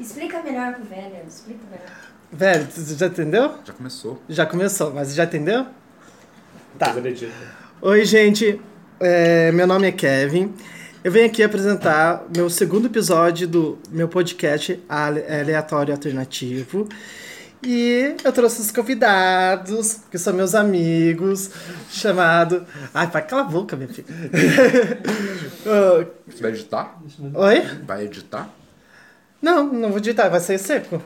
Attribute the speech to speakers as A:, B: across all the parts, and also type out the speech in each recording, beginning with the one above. A: Explica melhor pro Werner, explica melhor.
B: Velho, tu já entendeu?
C: Já começou.
B: Já começou, mas já entendeu? Tá.
D: Coisa legítima.
B: Oi, gente. É, meu nome é Kevin. Eu venho aqui apresentar meu segundo episódio do meu podcast Ale- Aleatório Alternativo. E eu trouxe os convidados, que são meus amigos, chamado. Ai, pai, cala a boca, minha filha. Ah,
C: Você vai editar?
B: Oi?
C: Vai editar?
B: Não, não vou digitar, vai ser seco.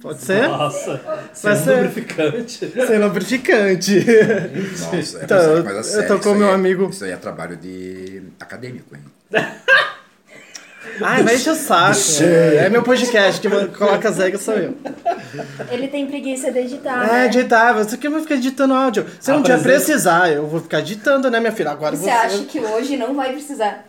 B: Pode ser?
D: Nossa,
B: Vai
D: sem
B: ser-
D: lubrificante.
B: Sem lubrificante.
C: Nossa, é
B: Então,
C: sério,
B: eu-
C: mas
B: eu
C: é sério,
B: tô com
C: isso aí
B: meu
C: é-
B: amigo.
C: Isso aí é trabalho de acadêmico, hein?
B: Ai, vai encher o saco. É meu podcast que coloca as regras, sou eu.
A: Ele tem preguiça de editar.
B: É,
A: né?
B: editável. Você que vai ficar editando áudio. Se um dia
D: Apresenta.
B: precisar, eu vou ficar editando, né, minha filha? Agora
A: Você acha que hoje não vai precisar?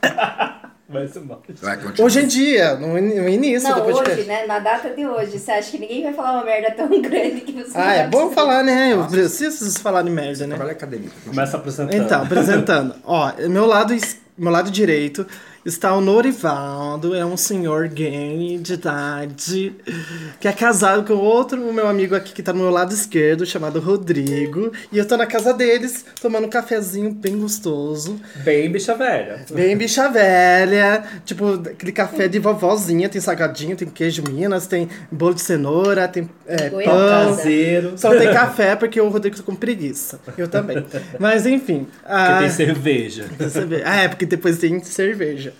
D: Vai ser é mal.
C: Vai continuar.
B: Hoje em dia, no, in- no início do
A: não,
B: podcast.
A: hoje, né? Na data de hoje. Você acha que ninguém vai falar uma merda tão grande que você não
B: Ah, é
A: vai
B: bom
A: precisar?
B: falar, né? Eu preciso falar de merda, né?
C: Trabalho acadêmico.
D: Começa apresentando.
B: Então, apresentando. Ó, meu lado, es- meu lado direito está o Norivaldo, é um senhor gay de idade, que é casado com outro meu amigo aqui que tá no meu lado esquerdo, chamado Rodrigo. E eu tô na casa deles, tomando um cafezinho bem gostoso.
D: Bem bicha velha.
B: Bem bicha velha, tipo aquele café de vovozinha, tem salgadinho, tem queijo minas, tem bolo de cenoura, tem é, pão.
A: Goiabada.
D: um Caseiro.
B: Só tem café porque o Rodrigo tá com preguiça. Eu também. Mas enfim.
D: Que
B: ah,
D: tem cerveja.
B: Pra saber. Ah, é, porque depois tem cerveja.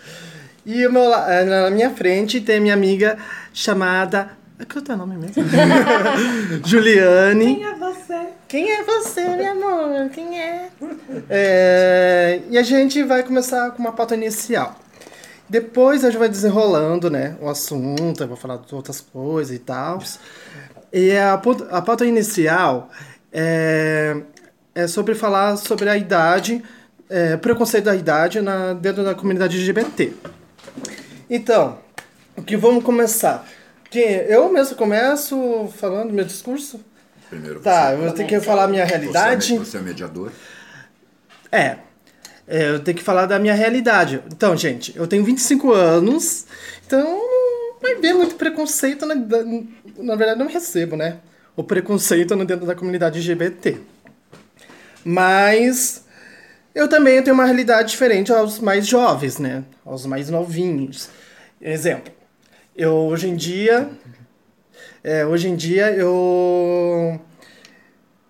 B: E o meu la- eh, na minha frente tem a minha amiga chamada. Qual é o teu nome mesmo? Juliane. Quem é você? Quem é você, meu amor? Quem é? É, E a gente vai começar com uma pauta inicial. Depois a gente vai desenrolando, né, o assunto, eu vou falar de outras coisas e tal. E a, pau- a pauta inicial é, é sobre falar sobre a idade, é, preconceito da idade na, dentro da comunidade LGBT. Então, o que vamos começar? Que eu mesmo começo falando meu discurso?
C: Primeiro
B: Tá,
C: você.
B: eu vou ter que falar a minha
C: Você é,
B: realidade.
C: o me- você é o mediador.
B: É. É, eu tenho que falar da minha realidade. Então, gente, eu tenho 25 anos, então não vai ver muito preconceito. Na, da- na verdade, não recebo, né? O preconceito no- dentro da comunidade LGBT. Mas eu também tenho uma realidade diferente aos mais jovens, né? Aos mais novinhos. Exemplo, eu hoje em dia. é, hoje em dia eu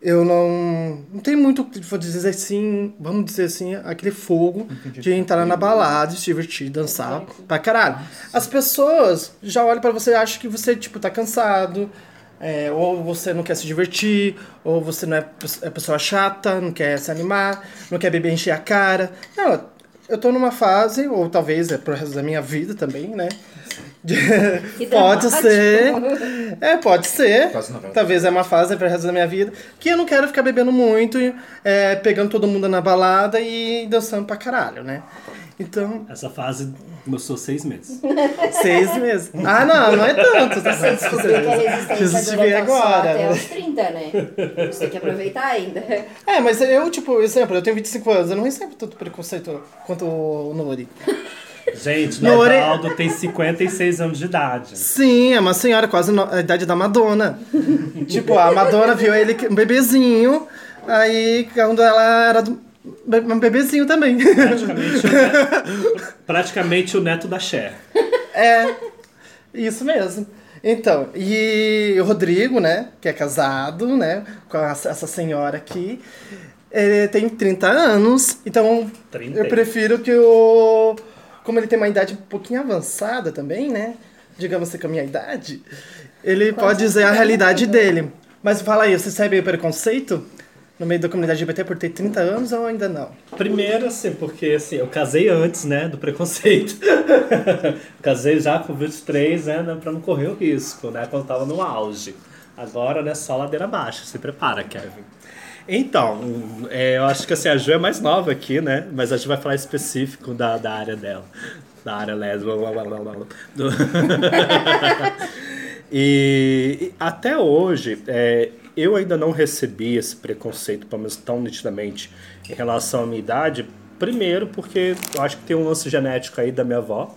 B: eu não, não tenho muito, vou dizer assim, vamos dizer assim, aquele fogo de entrar na balada, se divertir, dançar pra caralho. As pessoas já olham pra você e acham que você, tipo, tá cansado, é, ou você não quer se divertir, ou você não é, pe- é pessoa chata, não quer se animar, não quer beber, encher a cara. Não, eu tô numa fase, ou talvez é pro resto da minha vida também, né? De-
A: Que
B: pode
A: dramático.
B: ser. É, pode ser.
C: Quase não, velho.
B: Talvez é uma fase para o resto da minha vida. Que eu não quero ficar bebendo muito, e, é, pegando todo mundo na balada e dançando pra caralho, né? Então,
D: Essa fase começou seis meses.
B: seis meses. Ah, não, não é tanto. Tá
A: Você
B: certo.
A: descobriu que a
B: Preciso
A: resistência
B: te
A: dura
B: ver
A: tão só
B: agora,
A: até
B: né?
A: os 30, né? Você tem que aproveitar ainda.
B: É, mas eu, tipo, exemplo, eu tenho 25 anos, eu não recebo tanto preconceito quanto o Nori.
D: Gente,
B: No ore-
D: Noraldo tem 56 anos de idade.
B: Sim, é uma senhora, quase no- a idade da Madonna. tipo, a Madonna viu ele que- um bebezinho, aí quando ela era do- be- um bebezinho também.
D: Praticamente o neto, praticamente o neto da Cher.
B: É, isso mesmo. Então, e o Rodrigo, né, que é casado, né, com a- essa senhora aqui, ele tem 30 anos, então
D: 30.
B: eu prefiro que o... Como ele tem uma idade um pouquinho avançada também, né, digamos assim, com a minha idade, ele pode dizer a realidade dele. Mas fala aí, você recebe preconceito no meio da comunidade LGBT por ter 30 anos ou ainda não?
D: Primeiro, assim, porque assim, eu casei antes, né, do preconceito. casei já com 23, né, né, pra não correr o risco, né, quando tava no auge. Agora, né, só ladeira abaixo, se prepara, Kevin. Então, hum, é, eu acho que assim, a Ju é mais nova aqui, né, mas a gente vai falar específico da, da área dela. Da área lésbica, blá, blá, blá, blá, blá. Do- E e até hoje, é, eu ainda não recebi esse preconceito, pelo menos tão nitidamente, em relação à minha idade. Primeiro, porque eu acho que tem um lance genético aí da minha avó,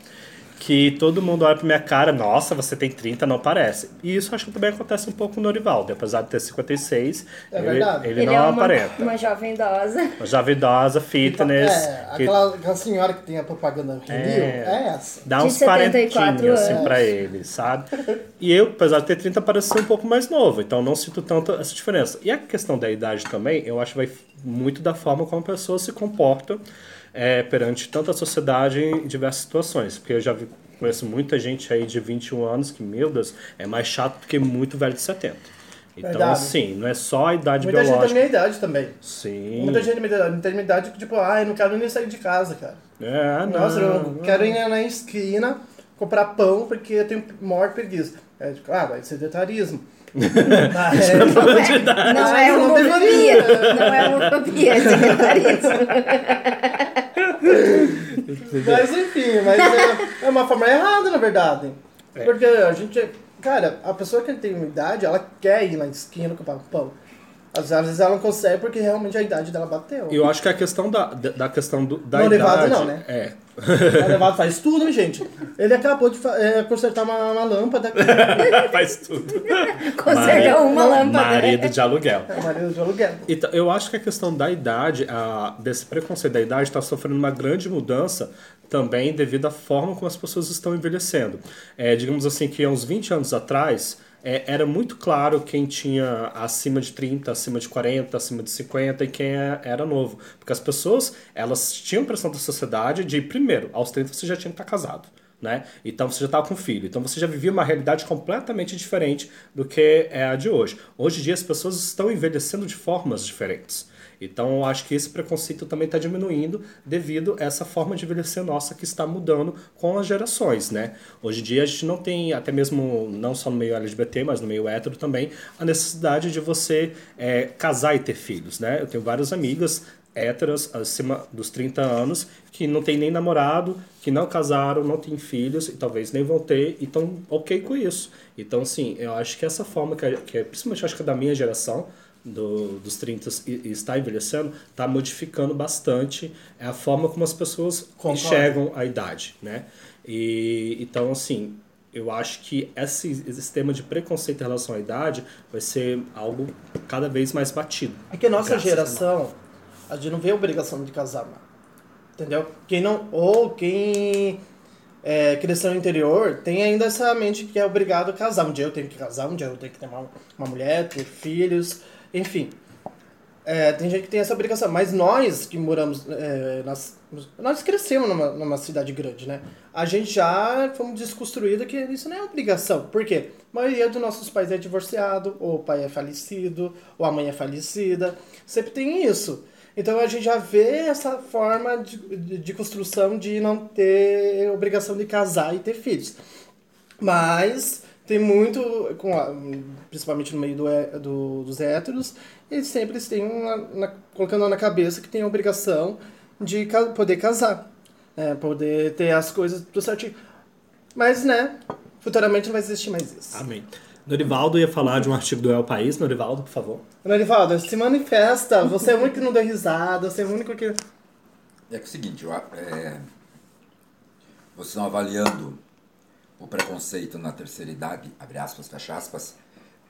D: que todo mundo olha pra minha cara, nossa, você tem 30, não parece. E isso eu acho que também acontece um pouco no Orivaldo, apesar de ter 56,
B: É
D: ele,
B: verdade.
D: ele
A: Ele
D: não
A: é uma,
D: aparenta.
A: uma jovem idosa.
D: Uma jovem idosa, fitness,
B: É,
D: que
B: aquela, aquela senhora que tem a propaganda do Rio é essa.
D: dá
A: De
D: uns
A: 74
D: quarentinhos assim
A: anos.
D: pra ele, sabe? E eu, apesar de ter 30, pareço ser um pouco mais novo, então não sinto tanto essa diferença. E a questão da idade também, eu acho que vai muito da forma como a pessoa se comporta é, perante tanta sociedade em diversas situações, porque eu já vi, conheço muita gente aí de 21 anos que, meu Deus, é mais chato do que muito velho de 70. Então,
B: Verdade.
D: assim, não é só a idade
B: Muita gente da
D: biológica.
B: minha idade também.
D: Sim.
B: Muita gente da minha idade, da minha idade que, tipo, ah, eu não quero nem sair de casa, cara.
D: É, não.
B: Nossa, eu quero ir na esquina comprar pão porque eu tenho maior preguiça. É, tipo, ah, vai ser detarismo. ah, é,
A: Não é, não é
B: Mas um não
A: homofobia. Não é homofobia, secretarismo.
B: mas enfim, mas é, é uma forma errada, na verdade.
D: É.
B: Porque a gente. Cara, a pessoa que tem uma idade, ela quer ir na esquina comprar um pão. Às vezes ela não consegue porque realmente a idade dela bateu.
D: Eu acho que a questão da, da, da questão do, da
B: Não,
D: idade...
B: levado não, né?
D: É.
B: O Nevado faz tudo, hein, gente. Ele acabou de fa- é, consertar uma, uma lâmpada aqui.
D: Faz tudo.
A: Conserta uma lâmpada.
D: Marido de aluguel.
B: É, marido de aluguel.
D: Então, eu acho que a questão da idade, a- desse preconceito da idade, está sofrendo uma grande mudança também devido à forma como as pessoas estão envelhecendo. É, digamos assim, que há uns 20 anos atrás, é, era muito claro quem tinha acima de 30, acima de 40, acima de 50 e quem é- era novo. Porque as pessoas, elas tinham pressão da sociedade de, primeiro, aos 30 você já tinha que estar casado né? Então você já estava com filho. Então você já vivia uma realidade completamente diferente do que é a de hoje. Hoje em dia as pessoas estão envelhecendo de formas diferentes. Então eu acho que esse preconceito também está diminuindo devido a essa forma de envelhecer nossa que está mudando com as gerações, né? Hoje em dia a gente não tem, até mesmo não só no meio LGBT, mas no meio hétero também, a necessidade de você eh, casar e ter filhos, né? Eu tenho várias amigas héteras acima dos 30 anos que não tem nem namorado, que não casaram, não têm filhos e talvez nem vão ter e estão ok com isso. Então, assim, eu acho que essa forma que, a- que é, principalmente acho que é da minha geração, do- dos 30 e, e está envelhecendo, está modificando bastante é a forma como as pessoas
B: Concordo.
D: enxergam a idade, né? E, então, assim, eu acho que esse, esse tema de preconceito em relação à idade vai ser algo cada vez mais batido.
B: É que a nossa
D: Graças a Deus.
B: geração, a gente não vê obrigação de casar, mano. Entendeu? Quem não. Ou quem é, cresceu no interior tem ainda essa mente que é obrigado a casar. Um dia eu tenho que casar, um dia eu tenho que ter uma, uma mulher, ter filhos, enfim. É, tem gente que tem essa obrigação, mas nós que moramos. é, nós, nós crescemos numa, numa cidade grande, né? A gente já fomos desconstruídos que isso não é obrigação. Por quê? A maioria dos nossos pais é divorciado, ou o pai é falecido, ou a mãe é falecida. Sempre tem isso. Então a gente já vê essa forma de, de, de construção de não ter obrigação de casar e ter filhos. Mas tem muito, com a- principalmente no meio do, hé- do- dos héteros, eles sempre eles têm uma, na- colocando na cabeça que tem a obrigação de ca- poder casar, né? poder ter as coisas tudo certinho. Mas, né, futuramente não vai existir mais isso.
D: Amém. Norivaldo ia falar de um artigo do El País. Norivaldo, por favor.
B: Norivaldo, se manifesta, você é o único que não deu risada, você é o único que...
C: É que é o seguinte, eu, a- é, vocês estão avaliando o preconceito na terceira idade, abre aspas, fecha aspas,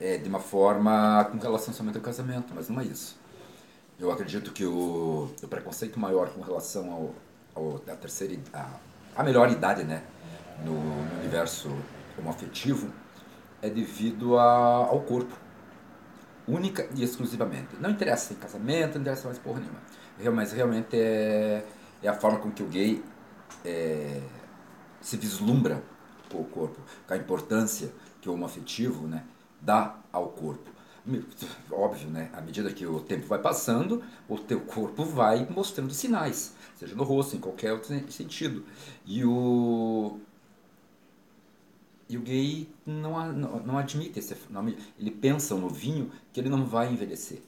C: é, de uma forma com relação somente ao casamento, mas não é isso. Eu acredito que o, o preconceito maior com relação ao, ao da terceira id- a, a melhor idade, né, no, no universo homoafetivo, é devido a- ao corpo única e exclusivamente. Não interessa em casamento, não interessa mais porra nenhuma. Real- Mas realmente é, é a forma com que o gay é, se vislumbra com o corpo, com a importância que o homoafetivo né, dá ao corpo. Me- Óbvio, né? À medida que o tempo vai passando, o teu corpo vai mostrando sinais, seja no rosto, em qualquer outro sen- sentido. E o, e o gay não, a- não, não admite esse nome. Ele pensa no vinho que ele não vai envelhecer.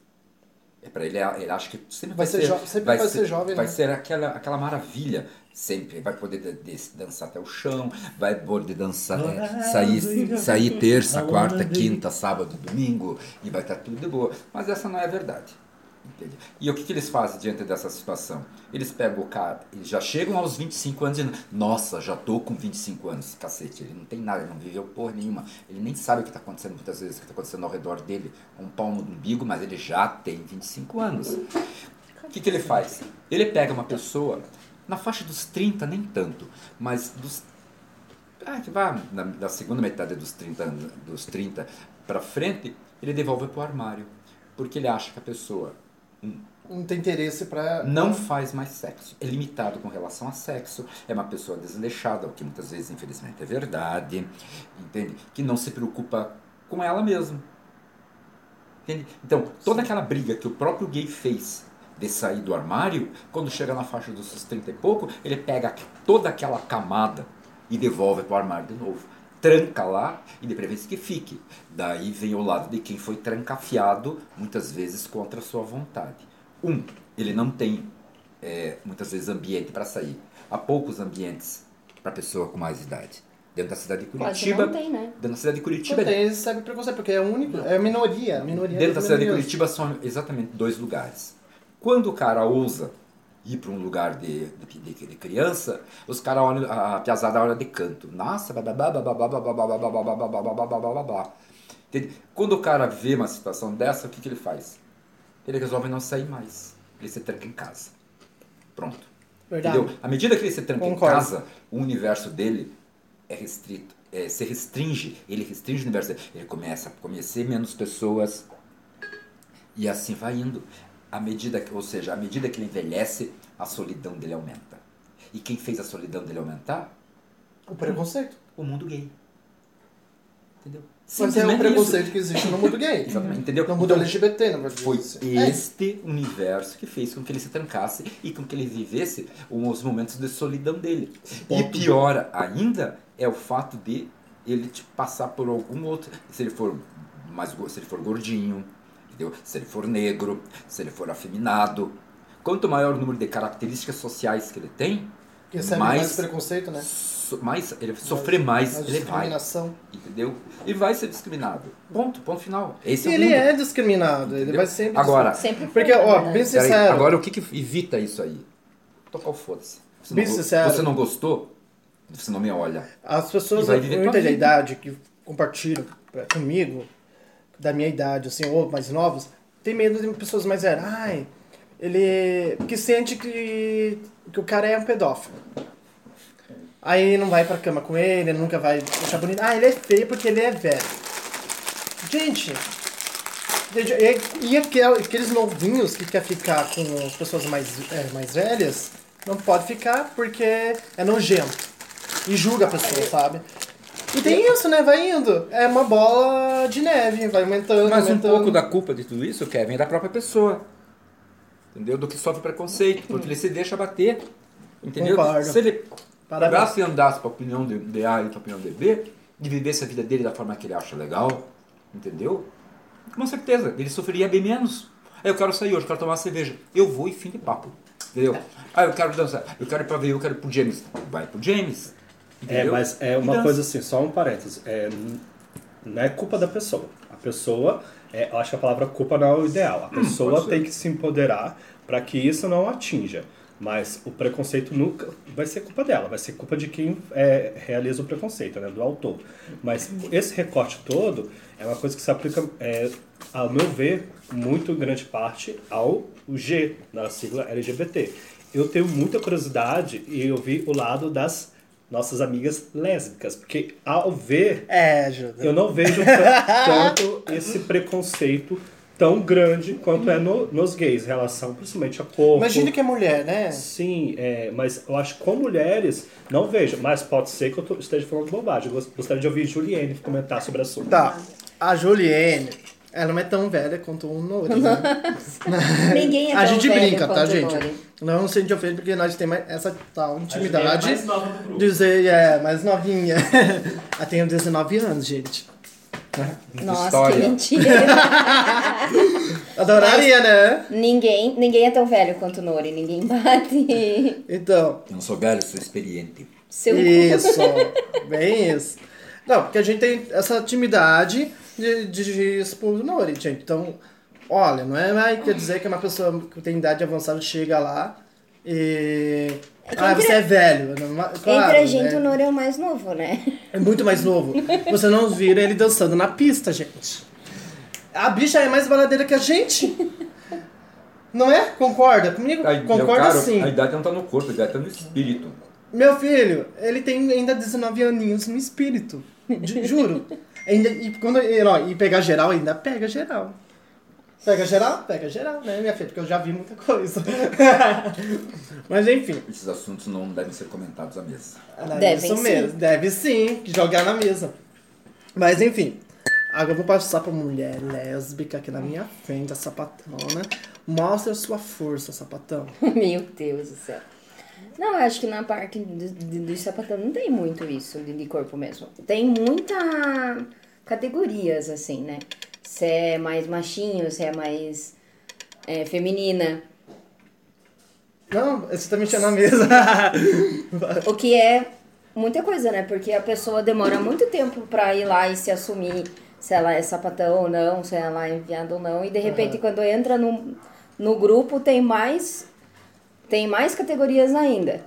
C: É para ele, ele acha que sempre
B: Vai
C: vai,
B: ser jo- sempre vai ser jovem,
C: Vai
B: né?
C: ser aquela, aquela maravilha. Sempre vai poder da- des- dançar até o chão, vai poder dançar, é, sair, sair tá terça, quarta, quinta, sábado, domingo, e vai estar tudo de boa. Mas essa não é a verdade. Entendi. E o que, que eles fazem diante dessa situação? Eles pegam o cara, eles já chegam aos 25 anos e nossa, já tô com 25 anos, cacete, ele não tem nada, ele não viveu porra nenhuma, ele nem sabe o que está acontecendo muitas vezes, o que está acontecendo ao redor dele, um palmo do umbigo, mas ele já tem 25 anos. O que, que ele faz? Ele pega uma pessoa, na faixa dos 30, nem tanto, mas dos ah, que vá na, na segunda metade dos 30, anos- dos 30 para frente, ele devolve para o armário. Porque ele acha que a pessoa
B: Não tem interesse pra.
C: não faz mais sexo. É limitado com relação a sexo. É uma pessoa desleixada, o que muitas vezes, infelizmente, é verdade. Entende? Que não se preocupa com ela mesma. Entende? Então, toda aquela briga que o próprio gay fez de sair do armário, quando chega na faixa dos seus 30 e pouco, ele pega toda aquela camada e devolve para o armário de novo. Tranca lá e de preferência que fique. Daí vem o lado de quem foi trancafiado, muitas vezes contra a sua vontade. Um, ele não tem é, muitas vezes ambiente para sair. Há poucos ambientes para pessoa com mais idade. Dentro da cidade de
A: Quase
C: Curitiba.
A: não tem, né?
C: Dentro da cidade de Curitiba é
B: Não tem, eles sabem preconceito, porque é único. É a minoria. a minoria
C: Dentro da
B: dos
C: cidade tá de
B: minorias.
C: Curitiba são exatamente dois lugares. Quando o cara ousa ir para um lugar de, de, de- de criança, os caras olham, a piazada olha de canto. Nossa, bababá, bababá, bababá, bababá, bababá, bababá, bababá. Entende? Quando o cara vê uma situação dessa, o que, que ele faz? Ele resolve não sair mais. Ele se tranca em casa. Pronto.
B: Verdade.
C: Entendeu? À medida que ele se tranca
B: Concordo.
C: em casa, o universo dele é restrito, é, se restringe, ele restringe o universo dele. Ele começa a conhecer menos pessoas e assim vai indo. À medida que, ou seja, à medida que ele envelhece, a solidão dele aumenta. E quem fez a solidão dele aumentar?
B: O preconceito.
C: O mundo gay. Entendeu?
B: Mas é um
C: Simplesmente
B: preconceito que existe no mundo gay.
C: isso. Exatamente, entendeu?
B: No mundo
C: Então,
B: LGBT, não vai
C: foi
B: dizer. É.
C: este universo que fez com que ele se trancasse e com que ele vivesse os momentos de solidão dele. E
D: Ponto.
C: pior ainda é o fato de ele te passar por algum outro. Se ele for mais go- se ele for gordinho, entendeu? se ele for negro, se ele for afeminado. Quanto maior o número de características sociais que ele tem,
B: Porque sabe mais,
C: mais-
B: preconceito, né?
C: so- mais ele vai sofrer mais,
B: Mais
C: ele vai,
B: discriminação.
C: entendeu? E vai ser discriminado. Ponto, ponto final. Esse
B: E
C: é o
B: ele
C: mundo,
B: é discriminado, ele
C: entendeu?
B: vai sempre.
C: Agora,
A: Sempre foi,
B: Porque,
A: na
B: ó,
A: verdade.
B: bem
C: Peraí,
B: sincero.
C: agora o que, que evita isso aí? Tocar o foda-se. Você, não
B: Bem
C: go-
B: sincero.
C: você não gostou? Você não me olha.
B: As pessoas
C: Vai
B: da
C: viver
B: muita
C: tua
B: da
C: vida.
B: idade que compartilham pra- comigo, da minha idade, assim, ou mais novos, tem medo de pessoas mais velhas. Ai, ele. que sente que, que o cara é um pedófilo. Aí não vai pra cama com ele, ele nunca vai achar bonito. Ah, ele é feio porque ele é velho. Gente. gente, é, E, e aquel- aqueles novinhos que quer ficar com as pessoas mais, é, mais velhas, não pode ficar porque é nojento e julga a pessoa, sabe? E tem isso, né? Vai indo. É uma bola de neve, vai aumentando,
C: Mas um
B: aumentando.
C: pouco da culpa de tudo isso, Kevin, é da própria pessoa. Entendeu? Do que sofre preconceito, porque ele se deixa bater. Entendeu?
B: Concordo.
C: Se ele
B: Parabéns.
C: pegasse e andasse pra opinião de, de A e pra opinião de B, e vivesse a vida dele da forma que ele acha legal, entendeu? Com certeza, ele sofreria bem menos. Aí eu quero sair hoje, quero tomar uma cerveja. Eu vou e fim de papo. Entendeu? Ah, eu quero dançar, eu quero ir pra ver, eu quero ir pro James. Vai pro James.
D: É,
C: entendeu?
D: mas é
C: E
D: uma
C: dança.
D: coisa assim, só um parênteses. É, n- não é culpa da pessoa. A pessoa, é, eu acho que a palavra culpa não é o ideal. A pessoa
C: Hum, pode ser.
D: tem que se empoderar para que isso não a atinja. Mas o preconceito nunca vai ser culpa dela, vai ser culpa de quem é, realiza o preconceito, né, do autor. Mas esse recorte todo é uma coisa que se aplica, é, ao meu ver, muito em grande parte ao G, na sigla LGBT. Eu tenho muita curiosidade e eu vi o lado das nossas amigas lésbicas, porque ao ver
B: É, ajuda.
D: eu não vejo tan- tanto esse preconceito tão grande quanto é no- nos gays, em relação principalmente a
C: um
D: corpo.
B: Imagina que é mulher, né?
D: Sim, é, mas eu acho que com mulheres, não vejo. Mas pode ser que eu tô- esteja falando bobagem. Eu gost- gostaria de ouvir Juliane comentar sobre o assunto.
B: Tá. A Juliene, ela não é tão velha quanto o Nori, né?
A: Ninguém é tão
B: a gente
A: velho
B: brinca,
A: quanto
B: tá,
A: o
B: gente?
A: Nori.
B: Não se gente ofende, porque nós temos essa tal
E: A
B: intimidade.
E: Juliana é mais nova do grupo.
B: Dizer, é, mais novinha. Ela tem 19 anos, gente.
A: Nossa,
C: História.
A: que mentira.
B: Adoraria, né?
A: ninguém, ninguém é tão velho quanto o Nori. Ninguém bate.
B: Então.
C: Eu não sou velho, sou experiente.
A: Seu
B: Isso, bem isso. Não, porque a gente tem essa timidade de, de, de expor o Nori, gente. Então, Olha, não é mais quer dizer que uma pessoa que tem idade avançada chega lá e.
A: É que
B: ah,
A: entre-
B: você é velho. Não, ma- claro,
A: Entre a gente,
B: é,
A: o Noro é o mais novo, né?
B: é muito mais novo. Você não vira ele dançando na pista, gente. A bicha é mais baladeira que a gente. Não é? Concorda comigo?
C: A-
B: Concorda
C: cara,
B: sim.
C: A idade não tá no corpo, a idade tá no espírito.
B: Meu filho, ele tem ainda 19 aninhos no espírito. Ju- Juro. Ainda, e, quando, e, ó, e pegar geral, ainda pega geral. Pega geral? Pega geral, né, minha filha? Porque eu já vi muita coisa. Mas enfim.
C: Esses assuntos não devem ser comentados à mesa.
B: É
A: Devem
B: isso
A: sim.
B: mesmo. Deve sim, jogar na mesa. Mas enfim. Agora eu vou passar pra mulher lésbica aqui na minha frente, a sapatona. Mostra sua força, sapatão.
A: Meu Deus do céu. Não, eu acho que na parte do, do, do sapatão não tem muito isso de, de corpo mesmo. Tem muita categorias, assim, né? Se é mais machinho, se é mais é, feminina.
B: Não, você tá mexendo na mesa.
A: O que é muita coisa, né? Porque a pessoa demora muito tempo pra ir lá e se assumir se ela é sapatão ou não, se ela é enviada ou não. E de repente, quando entra no, no grupo, tem mais, tem mais categorias ainda.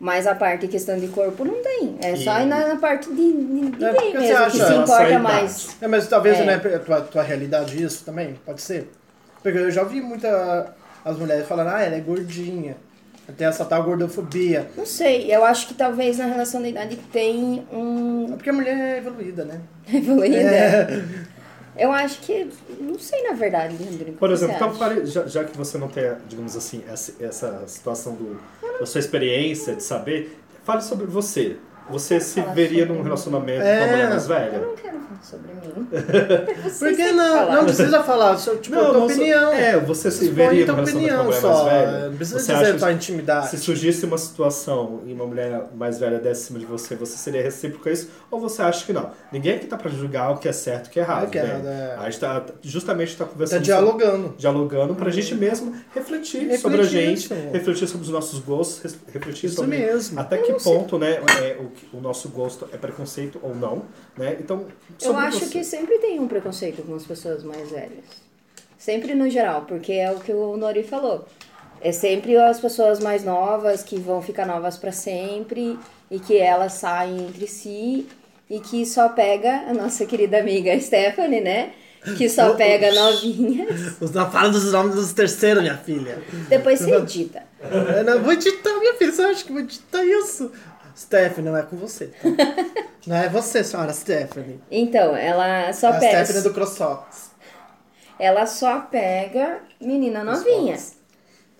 A: Mas a parte questão de corpo não tem. É só
D: E-
A: na, na parte de, de, de
B: É,
A: gay
B: porque você
A: mesmo, que
B: acha-
A: se
B: Só a
A: importa
D: idade.
A: mais.
B: É, mas talvez
A: É.
B: não é a tua, tua realidade isso também, pode ser. Porque eu já ouvi muita as mulheres falando, ah, ela é gordinha. Tem essa tal gordofobia.
A: Não sei, eu acho que talvez na relação da idade tem um
B: É porque a mulher é evoluída, né?
A: evoluída.
B: É.
A: Eu acho que. Não sei, na verdade, Leandro.
E: Por
A: o que você
E: exemplo, então,
A: acha?
E: pare- já, já que você não tem, digamos assim, essa, essa situação do, da sua experiência de saber, fale sobre você. Você se
A: falar
E: veria
A: sobre
E: num
A: mim.
E: relacionamento com
B: É.
E: uma mulher mais
A: Eu
E: velha?
A: não quero falar sobre mim.
B: Por que não? Não precisa falar, só, tipo, a tua
E: sou-
B: opinião.
E: É, você se
B: Expõe
E: veria
B: tua
E: num relacionamento com uma
B: opinião
E: mulher
B: só.
E: mais velha?
B: Não precisa
E: Você
B: dizer
E: acha-
B: tua intimidade. tá
E: Se surgisse uma situação e uma mulher mais velha desse cima de você, você seria recíproca a isso? Ou você acha que não? Ninguém aqui tá pra julgar o que é certo e o que é errado,
B: É que é,
E: né?
B: né?
E: A gente tá, justamente tá
B: Tá
E: conversando... sobre-
B: dialogando.
E: dialogando pra gente mesmo refletir,
B: Refletir
E: sobre a gente,
B: isso.
E: refletir sobre os nossos gostos, res- refletir
B: Isso
E: sobre
B: mesmo.
E: até que ponto, né, é, o, que- o nosso gosto é preconceito ou não, né? Então,
A: Eu
E: sobre
A: acho
E: você.
A: que sempre tem um preconceito com as pessoas mais velhas. Sempre no geral, porque é o que o Nori falou. É sempre as pessoas mais novas que vão ficar novas pra sempre e que elas saem entre si e que só pega a nossa querida amiga Stephanie, né? Que só pega novinhas.
B: Não fala dos nomes dos terceiros, minha filha.
A: Depois se edita.
B: Eu É, não vou editar, minha filha. Você acha que eu vou editar isso? Stephanie, não é com você. tá? não é você, senhora Stephanie.
A: Então, ela só
B: É a
A: pega.
B: Stephanie do CrossFox.
A: ela só pega menina novinha.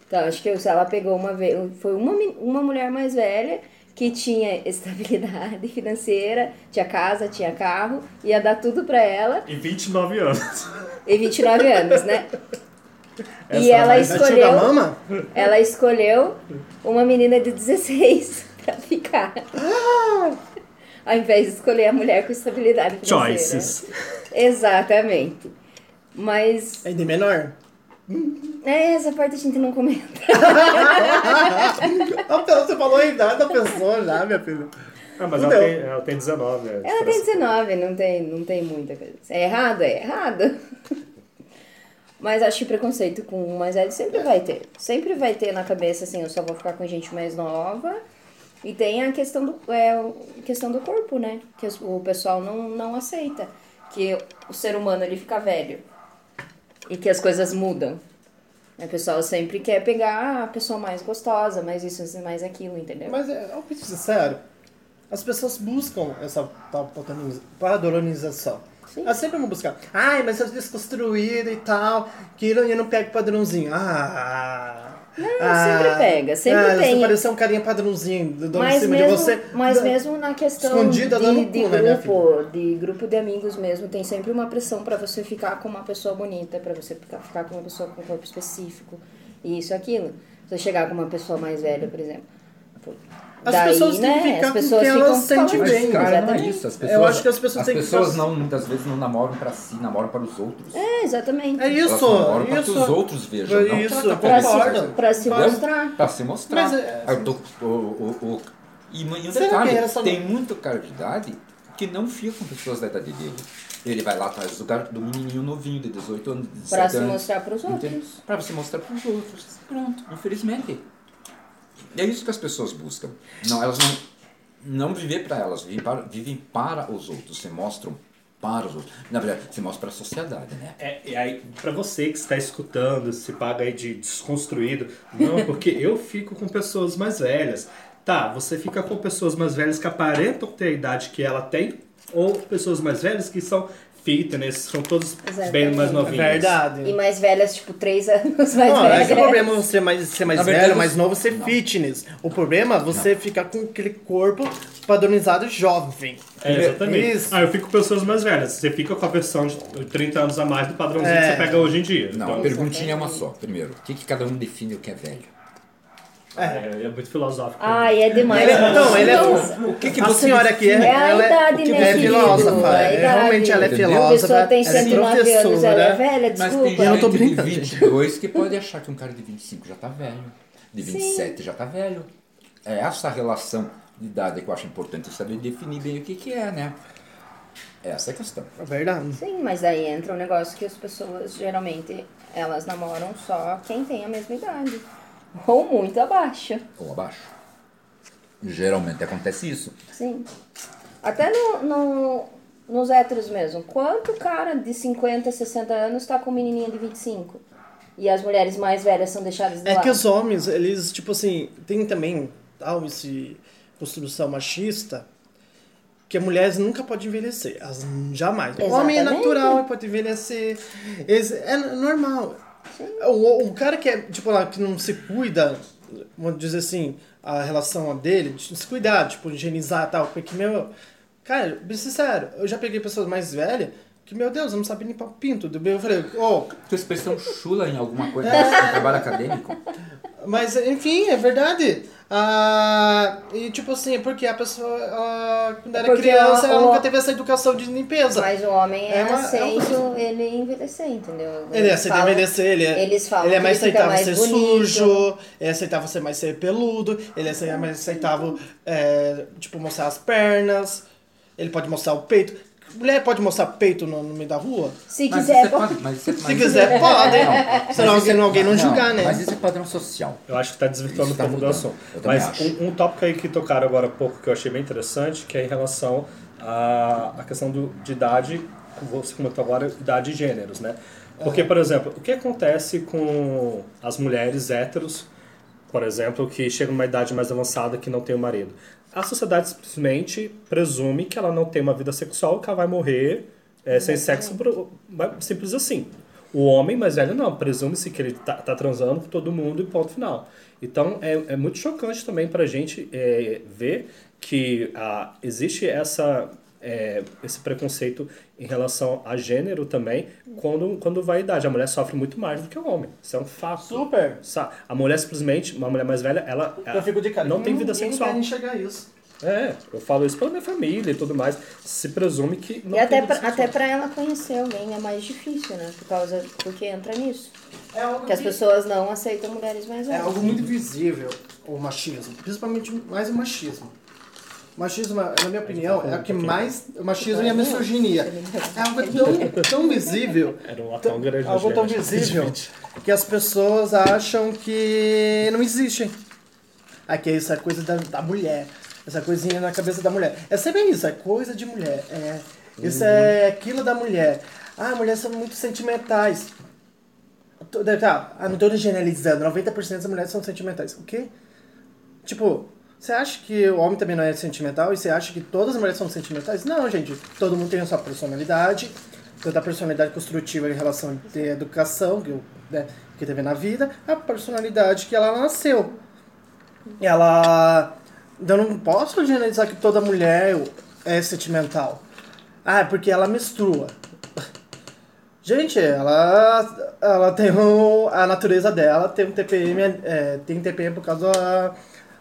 A: Então, acho que se ela pegou uma vez. Foi uma, men- uma mulher mais velha que tinha estabilidade financeira, tinha casa, tinha carro, ia dar tudo pra ela,
E: Em 29 anos.
A: e 29 anos, né?
E: Essa
A: e ela
E: vai-
B: Vai chegar a
A: escolheu,
B: mama?
A: ela escolheu uma menina de 16 pra ficar.
E: Ah!
A: Ao invés de escolher a mulher com estabilidade financeira.
E: Choices.
A: Exatamente. Mas
B: É de menor?
A: É, essa parte a gente não comenta.
B: Ah, pelo- Você falou a idade da pessoa já, minha filha.
E: Ah, mas ela
B: Não.
E: tem, ela tem 19,
D: É,
E: né?
A: Ela tem 19, não tem, não tem muita coisa. É errado? É errado. Mas acho que preconceito com o mais velho sempre vai ter. Sempre vai ter na cabeça, assim, eu só vou ficar com gente mais nova. E tem a questão do, é, o- questão do corpo, né? Que os- o pessoal não, não aceita. Que o ser humano, ele fica velho. E que as coisas mudam. Né, O pessoal sempre quer pegar a pessoa mais gostosa, mais isso, mais aquilo, entendeu?
B: Mas é, eu vou ser sincero. As pessoas buscam essa tal padroniza- padronização.
A: Sim.
B: Elas sempre vão buscar. Ai, mas eu desconstruída e tal. Que eu não pego padrãozinho. Ah. Não,
A: sempre pega, sempre
B: ah,
A: tem.
B: Você pareceu um carinha padrãozinho do dono em
A: Mas,
B: cima
A: mesmo,
B: de você.
A: mas
B: Da-
A: mesmo na questão de,
B: Escondida dando
A: de
B: cu, né, minha
A: grupo, de grupo de amigos mesmo, tem sempre uma pressão pra você ficar com uma pessoa bonita, pra você ficar, ficar com uma pessoa com um corpo específico, e isso, aquilo. Você chegar com uma pessoa mais velha, por exemplo. né,
B: As pessoas têm que ficar com quem elas
A: ficam
B: sentem
A: falando disso,
B: bem, né?
C: Mas, cara, não é
A: exatamente.
C: isso. As
B: Eu
C: pessoas,
B: acho que as pessoas têm que
C: pessoas
B: fazer-
C: não, muitas vezes não namoram pra si, namoram para os outros.
A: É, exatamente.
B: É
C: Elas
B: isso.
C: namoram tá pra que os
B: Isso. É
C: outros vejam. não
B: Isso,
C: pra- tá
A: Pra se,
B: Concordo.
A: pra se
C: Entendeu?
A: mostrar.
C: Pra se mostrar. Ah,
B: Mas, é,
C: Aí eu tô- o- o- o- e, e um
B: Será que
C: detalhe,
B: é essa-
C: tem muito cara de idade que não fica com pessoas da idade dele. Ele vai lá atrás do, gar... do menininho novinho, de 18 anos, de 17
A: Pra se
C: anos.
A: mostrar pros
C: Entende?
A: outros.
C: Pra se mostrar pros outros. Pronto, infelizmente. É isso que as pessoas buscam. Não, elas não. Não viver pra elas, vivem para, vivem para os outros, se mostram para os outros. Na verdade, se mostram para a sociedade, né?
D: É, e aí, pra você que está escutando, se paga aí de desconstruído, não, porque eu fico com pessoas mais velhas. Tá, você fica com pessoas mais velhas que aparentam ter a idade que ela tem, ou pessoas mais velhas que são fitness, são todos bem
A: Exatamente.
D: mais
B: É
D: novinhos.
B: verdade.
A: E mais velhas, tipo, três anos mais
B: Não, é
A: velhas.
B: que o problema é você mais, ser mais
C: Na
B: velho,
C: verdade,
B: mais
C: você-
B: novo, ser
C: Não.
B: fitness. O problema é você ficar com aquele corpo padronizado jovem.
D: É, exatamente.
B: Isso.
D: Ah, eu fico com pessoas mais velhas. Você fica com a versão de 30 anos a mais do padrãozinho
B: É.
D: que você pega hoje em dia.
C: Não, a
D: Então,
C: perguntinha é uma só. Primeiro, o que, que cada um define o que é velho?
D: é, é muito filosófico.
F: Ah,
A: Ai, é demais.
B: Ele é- não, ele é.
A: Então,
B: O que
C: que
B: a
C: você
B: senhora aqui é?
A: É a
B: ela
A: idade,
B: o que
A: né,
B: é
A: querido? É
B: filósofa.
A: a
B: é,
A: idade.
B: realmente ela é
C: Entendeu?
A: A
B: filósofa.
A: pessoa tem
B: ela é
A: 109 anos, ela é
B: professora.
A: velha,
C: Mas tem
A: desculpa.
B: Eu não tô
C: gente de
B: brincando, gente.
C: 22 que pode achar que um cara de 25 já tá velho, de 27 já tá velho. É essa relação de idade que eu acho importante saber definir bem o que, que é, né? Essa é a questão.
B: É Verdade.
A: Sim, mas aí entra um negócio que as pessoas geralmente elas namoram só quem tem a mesma idade. Ou muito abaixo.
C: Ou abaixo. Geralmente acontece isso.
A: Sim. Até no, no- nos héteros mesmo. Quanto cara de 50, 60 anos tá com menininha de 25? E as mulheres mais velhas são deixadas de
B: É
A: lado.
B: que os homens, eles, tipo assim, tem também tal esse construção machista que as mulheres nunca podem envelhecer, elas jamais. O homem é
A: Exatamente.
B: natural, ele pode envelhecer, eles- é n- normal. O, o cara que é, tipo, lá, que não se cuida, vamos dizer assim, a relação dele, de se cuidar, tipo, higienizar e tal, porque, meu, cara, bem sincero, eu já peguei pessoas mais velhas que, meu Deus, eu não sabe limpar o pinto. do bem. Eu falei, ô,
C: Tua expressão chula em alguma coisa,
B: É.
C: no trabalho acadêmico.
B: Mas, enfim, é verdade. Ah, e, tipo assim, porque a pessoa, ela, quando era
A: Porque
B: criança,
A: ela-
B: ela
A: ela-
B: nunca teve essa educação de limpeza.
A: Mas o homem é,
B: É uma- é uma
A: aceito ele envelhecer, entendeu?
B: ele é aceitar
A: falam-
B: envelhecer, ele é,
A: eles falam
B: ele é mais
A: que ele fica
B: aceitável
A: mais
B: ser
A: bonito.
B: sujo, ele é aceitável ser mais ser peludo, ele é ace- mais aceitável, é, tipo, mostrar as pernas, ele pode mostrar o peito. Mulher pode mostrar peito no, no meio da rua?
A: Se
C: Mas
A: quiser,
C: isso é
A: pode.
C: padrão- mas isso é- mas
B: Se
C: isso
B: quiser,
C: é-
B: pode.
C: Não,
B: Senão,
C: mas isso é-
B: senão alguém não julgar, né?
C: Mas isso é padrão social.
D: Eu acho que tá desvirtuando
C: Isso tá
D: um pouco do
C: mudando.
D: assunto.
C: Eu também
D: Mas
C: acho.
D: um, um tópico aí que tocaram agora há pouco que eu achei bem interessante, que é em relação à, à questão do, de idade, como você comentou agora, idade e gêneros, né? Porque,
C: É.
D: por exemplo, o que acontece com as mulheres héteros, por exemplo, que chegam numa idade mais avançada que não tem o marido? A sociedade simplesmente presume que ela não tem uma vida sexual, que ela vai morrer é, sem sexo, pro- simples assim. O homem mais velho não, presume-se que ele tá, tá transando com todo mundo e ponto final. Então é, é muito chocante também pra gente é, ver que ah, existe essa, é, esse preconceito em relação a gênero também quando, quando vai a idade. A mulher sofre muito mais do que o homem. Isso é um fato.
B: Super.
D: Sa- A mulher simplesmente, uma mulher mais velha, ela,
B: Eu fico de cara.
D: não tem vida
B: ninguém
D: sexual.
B: quer enxergar isso.
D: É, eu falo isso pela minha família e tudo mais. Se presume que não
A: E até
D: tem vida
A: pra,
D: sexual.
A: até pra ela conhecer alguém é mais difícil, né? Por causa. Porque entra nisso.
B: É algo
A: Que as
B: que-
A: pessoas não aceitam mulheres mais
B: É
A: velhas.
B: algo muito visível, o machismo. Principalmente mais o machismo. O Machismo, na minha opinião, é o que mais. O machismo e a misoginia. É algo tão, tão visível.
D: Era um latão grande.
B: Algo tão visível que as pessoas acham que não existem. Aqui é essa coisa da, da mulher. Essa coisinha na cabeça da mulher. É sempre isso, é coisa de mulher. É, isso
D: Uhum.
B: é aquilo da mulher. Ah, mulheres são muito sentimentais. Tô- Tá, ah, não tô generalizando. 90% das mulheres são sentimentais. O quê? Tipo, você acha que o homem também não é sentimental e você acha que todas as mulheres são sentimentais? Não, gente. Todo mundo tem a sua personalidade, tanto a personalidade construtiva em relação a ter educação que, eu- né, que teve na vida, a personalidade que ela nasceu. Ela. Eu não posso generalizar que toda mulher é sentimental. Ah, é porque ela menstrua. Gente, ela, ela tem um, a natureza dela, tem um TPM, é, tem TPM por causa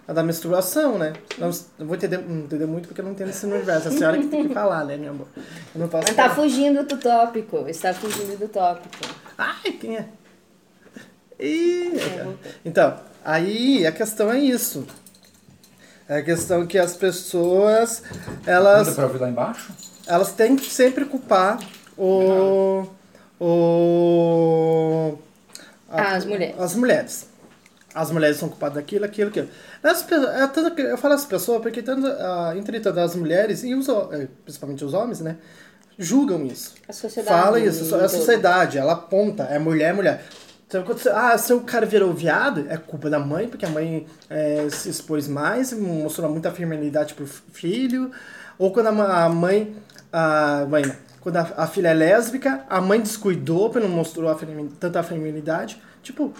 B: da, da menstruação, né? Não, não vou entender, não entender muito porque eu não entendo esse universo. É A senhora que tem que falar, né, meu amor? Eu não posso.
A: Mas tá
B: falar.
A: fugindo do tópico. Está fugindo do tópico.
B: Ai, quem é? Ih, cara. Então, aí a questão é isso. É a questão que as pessoas,
C: Manda
B: elas,
C: pra ouvir lá embaixo?
B: elas têm que sempre culpar o... o a-
A: As mulheres.
B: As mulheres. As mulheres são culpadas daquilo, aquilo, aquilo. As, pe- é tanto que- eu falo as pessoas porque tanto, ah, entre tanto as mulheres, e os, ho- eh, principalmente os homens, né? Julgam isso.
A: A sociedade.
B: Fala isso,
A: toda.
B: a sociedade, ela aponta, é mulher, mulher. Então, quando você- ah, se o cara virou viado, é culpa da mãe, porque a mãe eh, se expôs mais, mostrou muita feminilidade pro filho. Ou quando a, ma- a mãe. A mãe não. quando a, a filha é lésbica, a mãe descuidou, porque não mostrou a femi- tanta feminilidade. Tipo,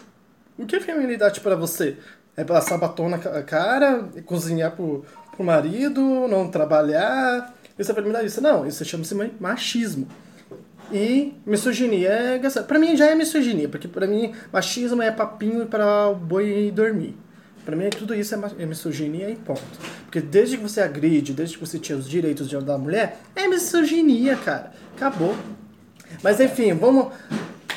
B: o que é feminilidade pra você? É passar batom na ca- cara, cozinhar pro, pro marido, não trabalhar. Isso é feminilidade? Isso não, isso chama-se ma- machismo. E misoginia é engraçado. Pra mim já é misoginia, porque pra mim machismo é papinho para o boi dormir. Pra mim tudo isso é ma- é misoginia e ponto. Porque desde que você agride, desde que você tira os direitos de- da mulher, é misoginia, cara. Acabou. Mas enfim, vamos,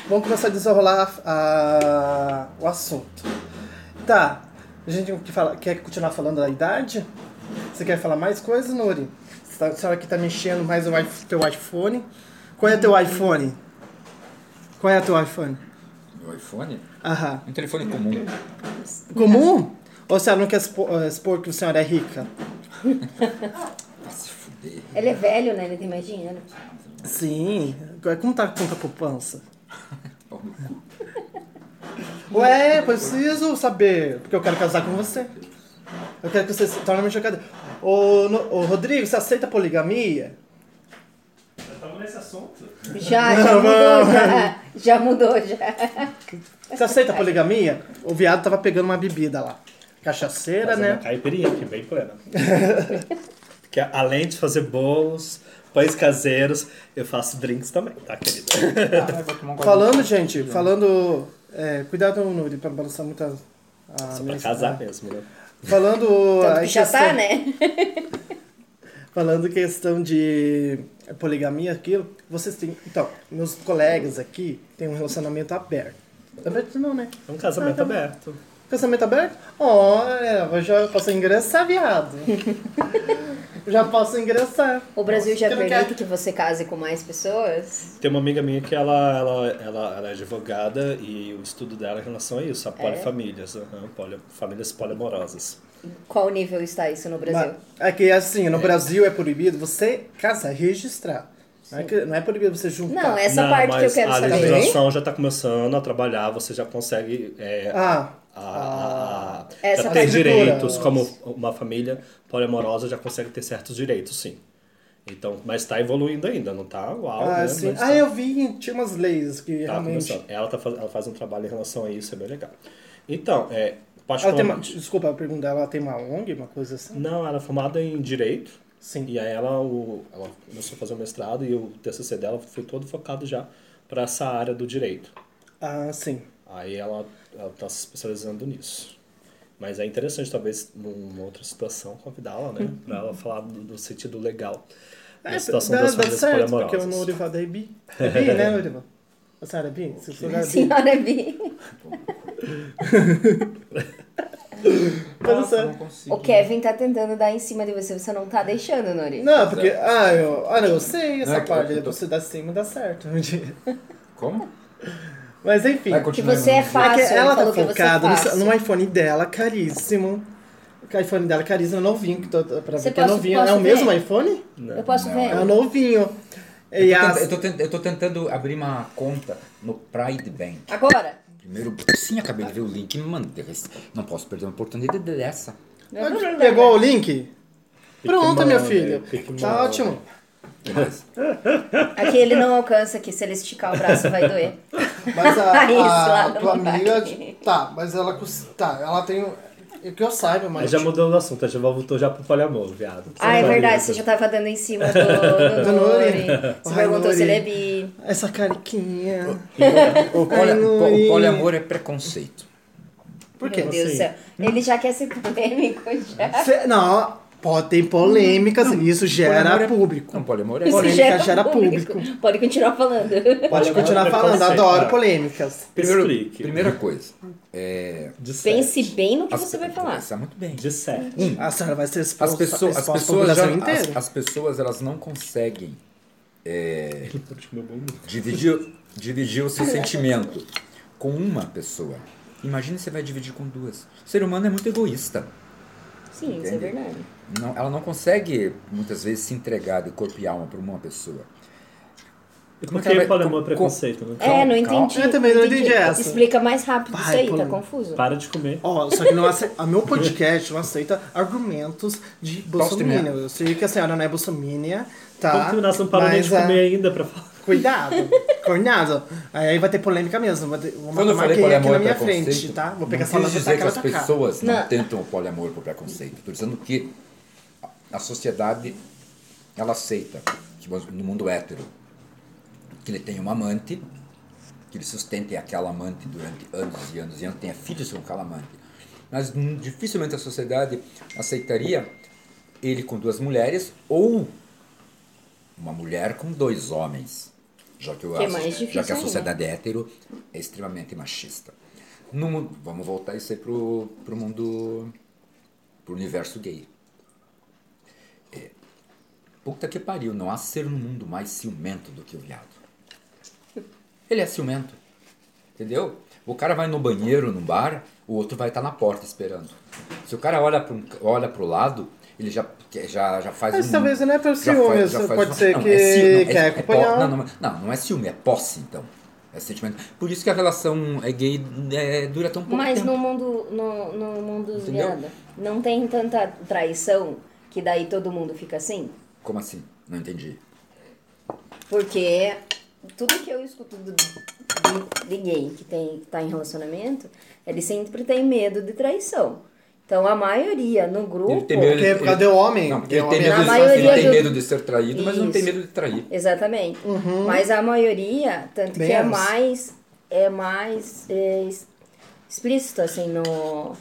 B: vamos começar a desenrolar a- o assunto. Tá, a gente que fala- quer continuar falando da idade? Você quer falar mais coisas, Nori? Você tá, a senhora que tá mexendo mais o i- teu iPhone. Qual é teu iPhone? Qual é teu iPhone?
C: Meu iPhone?
B: Aham.
C: Um telefone comum.
B: Comum? Ou a senhora não quer expo- eh, expor, que a senhora é rica?
C: Vai se fuder.
A: Ele é velho, né? Ele tem mais dinheiro.
B: Sim. Como tá a conta poupança?
C: Pau no cu.
B: Ué, preciso saber, porque eu quero casar com você. Eu quero que você se torne meu jogador. Ô, no- ô, Rodrigo, você aceita poligamia?
D: Estamos nesse assunto.
A: Já, já mudou, já. Já mudou, já.
B: Você aceita poligamia? O viado tava pegando uma bebida lá. Cachaceira,
D: Fazer
B: né?
D: uma caipirinha aqui, bem plena. Porque além de fazer bolos, pães caseiros, eu faço drinks também, tá, querida?
B: Falando, gente, falando. é, cuidado, Nuri, pra não balançar muito a.
A: Ah,
B: a
D: Só pra
B: minha-
D: casar mesmo, né?
B: Falando.
A: Tanto
B: a
A: que já tá,
B: questão-
A: né?
B: Falando questão de poligamia, aquilo, vocês têm. Então, meus colegas aqui têm um relacionamento aberto. Aberto não, né?
A: Ah,
D: É um
A: tá
D: casamento aberto.
B: Casamento aberto? Olha, eu já posso ingressar, viado. já posso ingressar.
A: O Brasil já
B: Eu não
A: permite
B: quero-
A: que você case com mais pessoas?
D: Tem uma amiga minha que ela, ela, ela, ela é advogada e o estudo dela em relação a
A: É?
D: isso, a polifamílias, aham, poli- famílias poliamorosas.
A: Qual nível está isso no Brasil?
B: Mas, é que assim, no Brasil é proibido você casar, registrar. Não é, que- não é proibido você juntar.
A: Não, essa
D: Não,
A: parte que eu
D: mas
A: quero
D: a
A: saber.
D: legislação já está começando a trabalhar, você já consegue é,
B: Ah,
D: a, a,
A: Essa
D: ah,
B: é
D: já
A: parte
D: tem
A: de
D: direitos,
B: cura.
D: como uma família poliamorosa já consegue ter certos direitos, sim. Então, mas está evoluindo ainda, não tá? Uau,
B: ah,
D: né?
B: sim.
D: Mas
B: ah
D: tá-
B: eu vi, tinha umas leis que
D: tá
B: realmente.
D: começando. Ela, tá, faz- ela faz um trabalho em relação a isso, é bem legal. Então, é,
B: Ela Ah, tem uma,
D: particularmente...
B: desculpa perguntar, ela tem uma ONG, uma coisa assim?
D: Não, ela é formada em Direito,
B: Sim.
D: E aí ela, o, ela começou a fazer o mestrado e o TCC dela foi todo focado já para essa área do direito.
B: Ah, sim.
D: Aí ela está se especializando nisso. Mas é interessante, talvez, numa outra situação, convidá-la, né?
B: Uhum.
D: Para ela falar do, do sentido legal da situação
B: É, dá,
D: das
B: dá
D: famílias
B: certo, porque o
D: poliamorosas.
B: Norival é bi. É bi, né, Norival? A senhora é bi? Se for é bi.
A: Senhora Bi.
C: Nossa,
B: certo.
C: não consigo.
A: O Kevin tá tentando dar em cima de você, você não tá deixando, Nori.
B: Não, porque. Ah, eu, ah, eu sei essa
C: Não, é que-
B: parte. Você dá cima dá certo.
C: Como?
B: Mas enfim.
C: Vai,
A: Que
C: continua,
A: você é
C: Nuri.
B: É
A: fácil,
B: que
A: ele
B: ela tá
A: falou que você é
B: focada no,
A: fácil.
B: no iPhone dela, caríssimo. O iPhone dela, é caríssimo, é novinho. Que tô, tô- pra
A: Você
B: ver que é
A: posso-
B: novinho.
A: posso
B: é o
A: ver?
B: mesmo iPhone?
A: Eu posso
C: Não,
A: ver?
B: É o novinho. E
C: Eu tô,
B: as-
C: tent- eu, tô tent- eu tô tentando abrir uma conta no Pride Bank.
A: Agora?
C: Primeiro, sim, acabei de ver o link. Mano, não posso perder uma oportunidade dessa.
A: Não é problema.
B: Ah, Pegou o link? Pronto, meu
D: manda,
B: filho.
D: fique
B: Tá
D: manda.
B: ótimo.
C: Que mais?
A: Aqui É ele não alcança, que se ele esticar o braço vai doer.
B: Mas a,
A: Isso,
B: a,
A: lá no
B: tua
A: lugar.
B: amiga. Tá, mas ela. cus- Tá, ela tem. é Que eu saiba, mas.
D: Mas já mudou o assunto, já voltou já pro poliamor, viado.
A: Ah, é
D: Você não
A: verdade,
D: valida.
A: você já tava dando em cima do, do,
B: Do Nori.
A: Nori.
B: Ai,
A: Você perguntou se ele
B: Nori.
A: é bi.
B: Essa cariquinha.
C: O, poli-
B: Ai,
C: po-
B: Nuri.
C: o poliamor é preconceito.
B: Por quê?
A: Meu Deus do
D: Assim.
A: céu. Ele já quer ser polêmico já.
B: Cê- não, Pode ter polêmicas, isso gera
C: Poliamor é-
B: público.
C: Não, poliamor é.
B: Isso
F: Polêmica
B: gera público.
F: Pode continuar falando.
B: Pode
D: Poliamor
B: continuar
D: é
B: falando,
D: preconceito,
B: adoro
D: né?
B: polêmicas.
D: Explique.
C: Primeira coisa. É,
D: De sete.
F: Pense bem no que
C: as-
F: você vai falar.
C: Pensar muito bem.
D: De sete.
B: A senhora vai ser exposta,
C: Um. As pessoas, as
B: exposta à
C: pessoas, já,
B: população
C: as,
B: inteira.
C: as pessoas elas não conseguem
D: tá Meu bom.
C: dividir, dividir o seu sentimento com uma pessoa. Imagina você vai dividir com duas. O ser humano é muito egoísta.
F: Sim, isso é
C: Entendi.
F: verdade.
C: Não- ela não consegue, muitas vezes, se entregar de corpo e alma para uma pessoa.
D: Por
C: que ela
D: que
C: vai-
D: poliamor é
C: com-
D: preconceito? né?
F: É, não
C: calma.
F: entendi.
B: Eu também não entendi essa.
F: Explica mais rápido
B: Vai,
F: isso aí, tá
B: Paulo.
A: É.
F: confuso.
D: Para de comer.
B: Ó, só que não aceita. Meu podcast não aceita argumentos de bolsominion. Eu sei que a senhora não é bolsomínia, tá?
D: Como que nós não paramos nem
B: Mas,
D: de
B: ah,
D: comer ainda pra falar?
B: Cuidado, cuidado. Aí vai ter polêmica mesmo. Vou, ter, vou matar
C: Quando eu
B: uma
C: falei
B: gay aqui
C: poliamor
B: na
C: é
B: minha
C: preconceito,
B: frente, tá? Vou pegar
C: não
B: essa
C: quis
B: lata e
C: dizer que
B: tacar
C: as
B: na cara.
C: pessoas não,
F: Não.
C: tentam o poliamor por preconceito. Estou dizendo que a sociedade ela aceita que no mundo hétero que ele tem uma amante, que ele sustente aquela amante durante anos e anos e anos, tenha filhos com aquela amante. Mas hum, dificilmente a sociedade aceitaria ele com duas mulheres ou uma mulher com dois homens. Já que, eu
F: Que é
C: acho-
F: mais difícil
C: já que a
F: ainda.
C: sociedade hétero é extremamente machista. No mundo- vamos voltar isso aí pro, pro mundo. pro universo gay. É, puta que pariu, não há ser no mundo mais ciumento do que o viado. Ele é ciumento. Entendeu? O cara vai no banheiro, num bar, o outro vai estar na porta esperando. Se o cara olha para olha pro lado, ele já, já, já faz
B: Mas
C: um.
B: talvez não é pra
C: já
B: ciúme,
C: faz- é já
B: isso
C: faz
B: pode ser que
C: ciúme,
B: quer acompanhar.
C: po- não, não, não, não é ciúme, é posse, então. É sentimento. Por isso que a relação é gay é, dura tão pouco
F: Mas
C: tempo.
F: no mundo, no, no mundo
C: Entendeu?
F: viado, não tem tanta traição que daí todo mundo fica assim?
C: Como assim? Não entendi.
F: Porque tudo que eu escuto do, de, de gay que, tem, que tá em relacionamento, ele sempre tem medo de traição. Então a maioria no grupo.
C: Ele tem medo
B: Porque é por causa
C: ele-
B: do homem.
C: Não,
B: Porque
C: ele
B: o
C: tem
B: homem- é
C: medo,
F: Na
C: de, ele
F: maioria
C: tem
F: do-
C: medo de ser traído, mas não tem
F: Isso.
C: medo de trair.
F: Exatamente. Mas a maioria, tanto que é
B: Menos.
F: mais, é mais é, es- explícito, assim, no,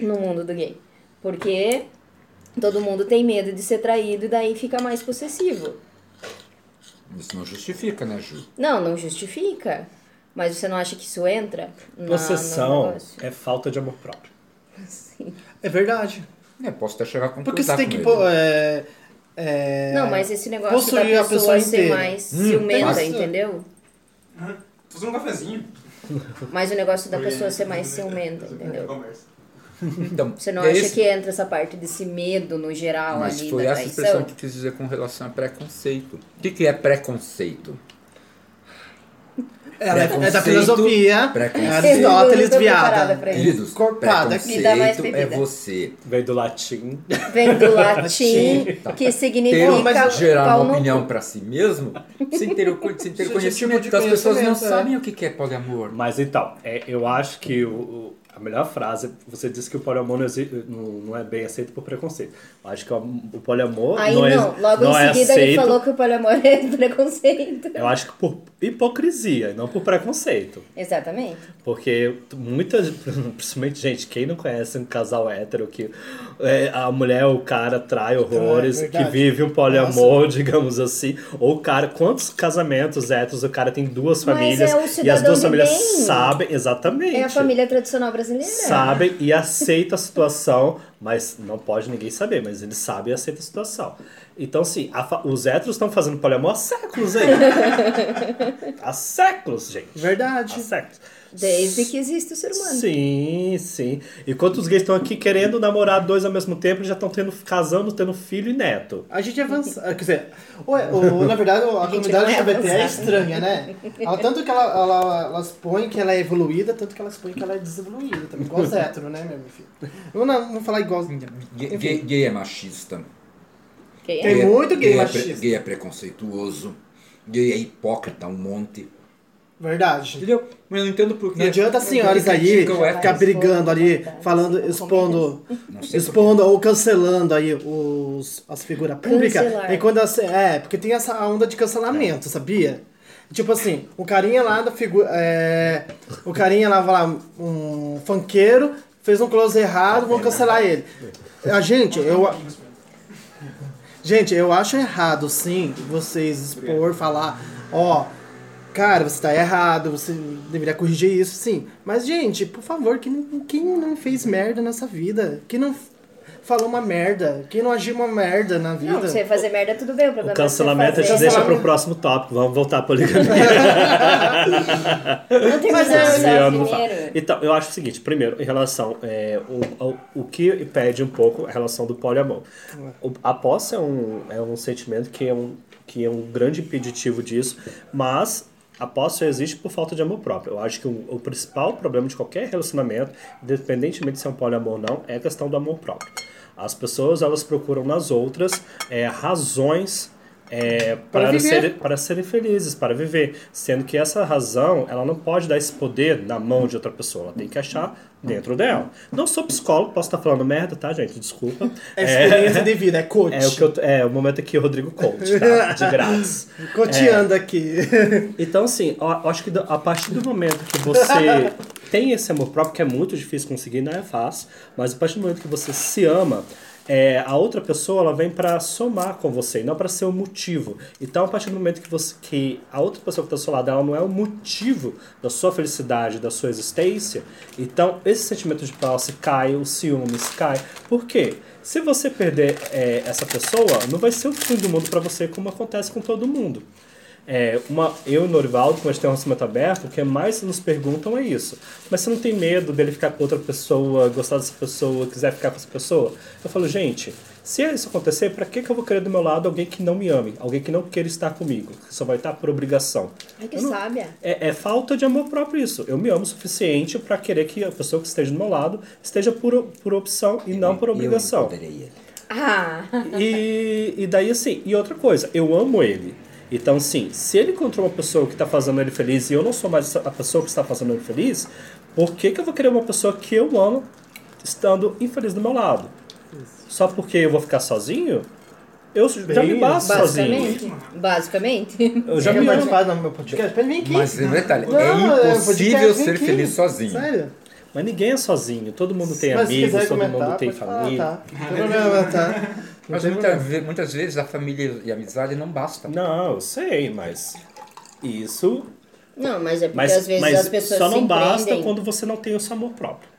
F: no mundo do gay. Porque todo mundo tem medo de ser traído e daí fica mais possessivo.
C: Isso não justifica, né, Ju?
F: Não, não justifica. Mas você não acha que isso entra? na- no
D: Possessão
F: negócio?
D: é falta de amor próprio.
F: Sim.
B: É verdade.
C: É, posso até chegar a concordar
B: Porque você tem
C: com
B: que.
C: ele.
B: pô, é, é,
F: Não, mas esse negócio
B: Possuir
F: da
B: a
F: pessoa,
B: pessoa
F: ser
B: inteira.
F: mais
C: Hum,
F: ciumenta,
C: mas-
F: entendeu?
G: Tô fazendo um cafezinho.
F: Mas o negócio da pessoa ser mais ciumenta, entendeu?
G: Conversa.
C: Então,
F: Você não
C: é
F: acha
C: esse-
F: que entra essa parte desse medo no
B: é
F: geral
C: Mas
F: ali
C: foi
F: da
C: essa expressão
F: traição?
C: que eu quis dizer com relação a preconceito. O que, que é preconceito?
B: ela é- é da
C: preconceito-
B: filosofia.
C: preconceito.
F: Eu
B: Aristóteles
F: não tô preparada
B: viada.
F: pra isso.
C: Queridos,
B: É, Cortada aqui.
F: Me dá mais
C: preconceito é
F: bebida.
C: você
D: Veio do latim.
F: Vem do latim, que
C: ter,
F: significa
C: mas gerar
F: pau
C: uma
F: no
C: opinião pra si mesmo sem ter o, co- sem ter
B: Sem
C: conhecimento.
B: esse tipo de
C: Então, as pessoas não
B: conhecimento, é.
C: sabem o que que é poliamor.
D: Mas então, é, eu acho que o- o- a melhor frase, você disse que o poliamor não, exi- não, não é bem aceito por preconceito. Eu acho que o, o poliamor
F: Aí
D: não,
F: não,
D: é,
F: logo
D: não
F: em
D: é
F: seguida
D: aceito.
F: ele falou que o poliamor é preconceito.
D: Eu acho que por hipocrisia, e não por preconceito.
F: Exatamente.
D: Porque muitas, principalmente, gente, quem não conhece um casal hétero que é, a mulher ou o cara trai horrores,
B: É
D: que
B: verdade.
D: vive um poliamor, digamos assim, ou o cara, quantos casamentos héteros o cara tem duas
F: Mas
D: famílias
F: é o
D: e as
F: cidadão
D: duas
F: de
D: famílias
F: bem.
D: sabem, exatamente.
F: É a família tradicional brasileira.
D: Sabem e aceita a situação, mas não pode ninguém saber, mas eles sabem e aceitam a situação. Então, assim, a fa- os héteros estão fazendo poliamor há séculos aí. há séculos, gente. Há
B: Verdade.
D: séculos.
F: Desde que existe o ser humano.
D: Sim, sim. Enquanto os gays estão aqui querendo namorar dois ao mesmo tempo, eles já estão tendo, casando, tendo filho e neto.
B: A gente avança. Quer dizer, o- o- na verdade, a,
F: gente
B: comunidade
F: vai
B: LGBT é
F: avançar.
B: estranha, né? Ela- tanto que ela, ela, elas põem que ela é evoluída, tanto que elas põem que ela é desevoluída também. Igual os héteros, né, meu filho? Vamos, não, vamos falar igual.
C: Gay, gay- gay é machista.
F: Quem é?
B: Tem muito gay
C: é
B: machista.
C: pre- gay é preconceituoso. Gay é hipócrita, um monte.
B: Verdade.
C: Entendeu? Mas eu não entendo por quê.
B: Não adianta as
C: Por que
B: senhoras
C: que
B: aí
C: critica o hétero?
B: ficar brigando ali, falando, expondo,
C: sei
B: expondo ou cancelando aí os, as figuras públicas.
F: Cancelar.
B: E quando as- é, porque tem essa onda de cancelamento,
C: É.
B: sabia? Tipo assim, o carinha lá da figura. É,
C: Tá né?
B: o carinha lá, vai lá, um funkeiro, fez um close errado, vão cancelar ele. A gente, eu, a-
H: Amigos, mano.
B: gente, eu acho errado, sim, vocês expor, falar, ó, cara, você tá errado, você deveria corrigir isso, sim. Mas, gente, por favor, quem, não- quem não fez merda nessa vida? Quem não falou uma merda? Quem não agiu uma merda na vida?
A: Não, você fazer merda, tudo bem. O
D: O
A: problema
D: então, cancelamento
A: é
D: a gente
A: você
D: deixa
A: fazer.
D: pro próximo tópico. Vamos voltar à poligamia.
A: Não tem
B: Mas
A: como
B: é-
A: você
D: Eu não falo.
A: primeiro.
D: Então, eu acho o seguinte, primeiro, em relação é, o, ao- o que pede um pouco a relação do poliamor. O, a posse é um, é um sentimento que é um, que é um grande impeditivo disso, mas a posse só existe por falta de amor próprio. Eu acho que o, o principal problema de qualquer relacionamento, independentemente se é um poliamor ou não, é a questão do amor próprio. As pessoas, elas procuram nas outras é, razões é,
B: Para
D: para,
B: viver.
D: serem, para serem felizes, para viver. Sendo que essa razão, ela não pode dar esse poder na mão de outra pessoa. Ela tem que achar dentro dela. Não sou psicólogo, posso estar falando merda, tá, gente? Desculpa.
B: É experiência de vida, é coach.
D: É o, que eu, é o momento aqui, Rodrigo Coach, tá? De grátis. É.
B: Coteando aqui.
D: Então, assim, eu eu acho que da- a partir do momento que você tem esse amor próprio, que é muito difícil conseguir, não é fácil, mas a partir do momento que você se ama, é, a outra pessoa ela vem pra somar com você, e não pra ser o motivo. Então, a partir do momento que você que a outra pessoa que tá do seu lado ela não é o motivo da sua felicidade, da sua existência, então esse sentimento de posse cai, os ciúmes cai. Por quê? Se você perder é, essa pessoa, não vai ser o fim do mundo pra você, como acontece com todo mundo. É, uma, eu e o Norivaldo, quando a gente tem um relacionamento aberto, o que mais nos perguntam é isso. Mas você não tem medo dele ficar com outra pessoa, gostar dessa pessoa, quiser ficar com essa pessoa? Eu falo, gente, se isso acontecer, pra que, que eu vou querer do meu lado alguém que não me ame? Alguém que não queira estar comigo, que só vai estar por obrigação.
A: Ai, que
D: Eu não-
A: sábia.
D: é, é falta de amor próprio isso. Eu me amo o suficiente pra querer que a pessoa que esteja do meu lado esteja por, por opção e não por
C: Eu
D: obrigação.
C: empoderei ele.
A: Ah,
D: E, e daí assim, e outra coisa, eu amo ele. Então, sim, se ele encontrou uma pessoa que tá fazendo ele feliz e eu não sou mais essa- a pessoa que está fazendo ele feliz, por que, que eu vou querer uma pessoa que eu amo estando infeliz do meu lado? Só porque eu vou ficar sozinho? Eu já me
E: Bem,
D: basto sozinho.
A: basicamente. Basicamente.
D: Eu já
B: Quer
D: me amo.
B: participar do meu podcast? Vem aqui.
C: Mas um detalhe,
B: Não, é,
C: é impossível
B: podcast,
C: ser
B: vem
C: feliz
B: aqui.
C: sozinho.
B: Sério?
D: Mas ninguém é sozinho, todo mundo tem
B: Mas se
D: amigos,
B: quiser
D: todo mundo
B: comentar,
D: tem
B: pode falar,
D: família.
B: tá. Não tem problema, tá? Não
C: Mas
B: tem
C: muita
B: problema.
C: ve- muitas vezes a família e a amizade não basta.
D: Não, eu sei, mas isso.
A: Não, mas é porque
D: Mas,
A: às vezes
D: mas
A: as pessoas
D: só
A: se
D: não basta
A: prendem.
D: quando você não tem o seu amor próprio.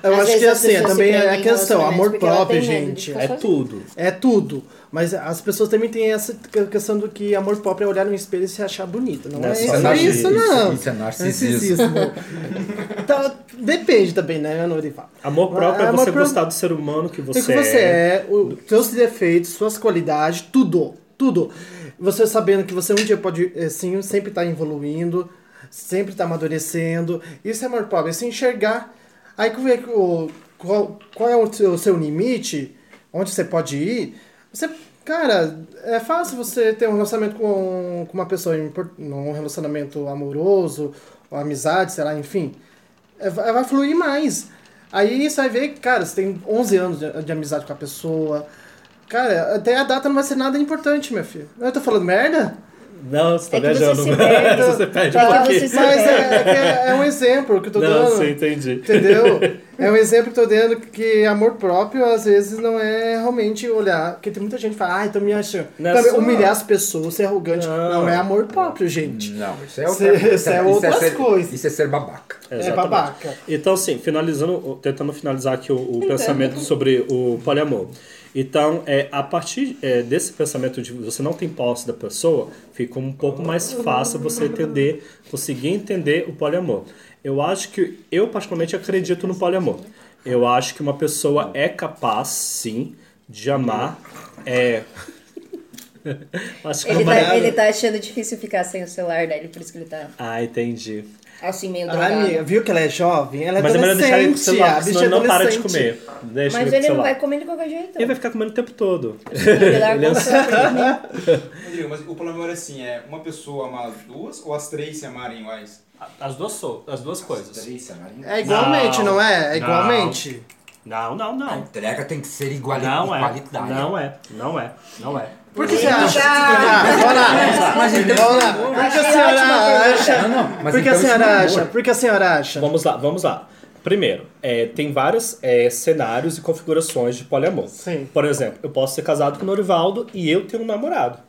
B: Eu
A: Às
B: acho
A: vezes
B: que
A: as
B: assim, é
A: pessoas se
B: também é a
A: prendem em
B: questão, amor
A: relacionamentos porque ela
B: próprio,
A: tem medo de
B: gente.
A: ficar
D: É
A: sozinha.
D: tudo.
B: É tudo. Mas as pessoas também têm essa questão do que amor próprio é olhar no espelho e se achar bonita. Não,
D: Não,
B: é
D: isso
B: isso,
D: é
B: não é isso,
D: narcisismo.
B: não.
C: Isso é narcisismo.
B: Narcisismo. Tá, depende também, né, Norival?
D: Amor próprio é
B: Amor
D: você
B: próprio-
D: gostar do ser humano que você,
B: o que você é, os seus defeitos, suas qualidades, tudo, tudo. Você sabendo que você um dia pode, eh, sim, sempre estar evoluindo, sempre estar amadurecendo. Isso é amor próprio, é se enxergar. Aí que vê que o- qual, qual é o seu, o seu limite, onde você pode ir. Você, cara, é fácil você ter um relacionamento com, com uma pessoa, impor- um relacionamento amoroso, ou amizade, sei lá, enfim. É, vai vai fluir mais. Aí você vai ver, cara, você tem 11 anos de, de amizade com a pessoa. Cara, até a data não vai ser nada importante, meu filho. Eu tô falando merda?
D: Não, você tá
A: É que você
D: viajando.
A: se perde.
D: você perde
A: É
D: um
A: que
D: pouquinho.
A: você se-
B: Mas é, é que é- é um exemplo que eu tô
D: Não,
B: dando.
D: você entendi.
B: Entendeu? É um exemplo que eu tô dando que amor próprio às vezes não é realmente olhar. Porque tem muita gente que fala, ah, então me achando.
D: Não é
B: Também
D: só-
B: Humilhar as pessoas, ser arrogante.
D: Não.
B: Não, é amor próprio, gente.
C: Não, isso é
B: Isso-
C: outra coisa.
B: isso é outras
C: ser-
B: coisas.
C: Isso é ser babaca.
B: É
D: Exatamente.
B: babaca.
D: Então, assim, finalizando, tentando finalizar aqui o, o
A: Então.
D: pensamento sobre o poliamor. Então, é, a partir é, desse pensamento de você não tem posse da pessoa, fica um pouco mais fácil você entender, conseguir entender o poliamor. Eu acho que, eu particularmente acredito no poliamor. Eu acho que uma pessoa é capaz, sim, de amar. É. acho que é
A: Ele
D: amar-
A: tá, ele tá achando difícil ficar sem o celular dele, por isso que ele tá
D: Ah, entendi.
A: assim meio
B: Ah,
A: drogado.
B: minha, viu que ela é jovem? Ela é
D: Mas é melhor deixar ele com o
B: adolescente.
D: celular,
B: a
D: porque senão
B: bicha é
D: ele não para de
B: adolescente.
D: comer. Deixa
A: Mas
D: com o
A: ele não
D: celular.
A: vai comer de qualquer jeito.
D: Ele vai ficar comendo o tempo todo.
A: Ele larga
D: Ele é
A: o celular.
H: Rodrigo, mas o problema era assim, é uma pessoa amar as duas ou as três se amarem iguais?
D: As duas, so... as duas coisas.
C: Isso, né?
B: É igualmente, não, é?
D: Não.
B: É igualmente.
D: Não, não,
C: A
D: não.
C: entrega tem que ser igual,
D: Não é.
C: qualitária.
D: Não é. Não é. Não é.
B: Por que você acha? Ah, vamos lá.
C: Mas então,
B: Vamos lá. Por que a
A: Achei ótima
B: senhora
A: pergunta.
B: acha?
C: não, não, mas
B: Por que a
C: então isso não
B: senhora
C: é
B: acha?
C: amor.
B: Por que a senhora acha?
D: Vamos lá, vamos lá. Primeiro, é, tem vários é, cenários e configurações de poliamor.
B: Sim.
D: Por exemplo, eu posso ser casado com o Norivaldo e eu tenho um namorado.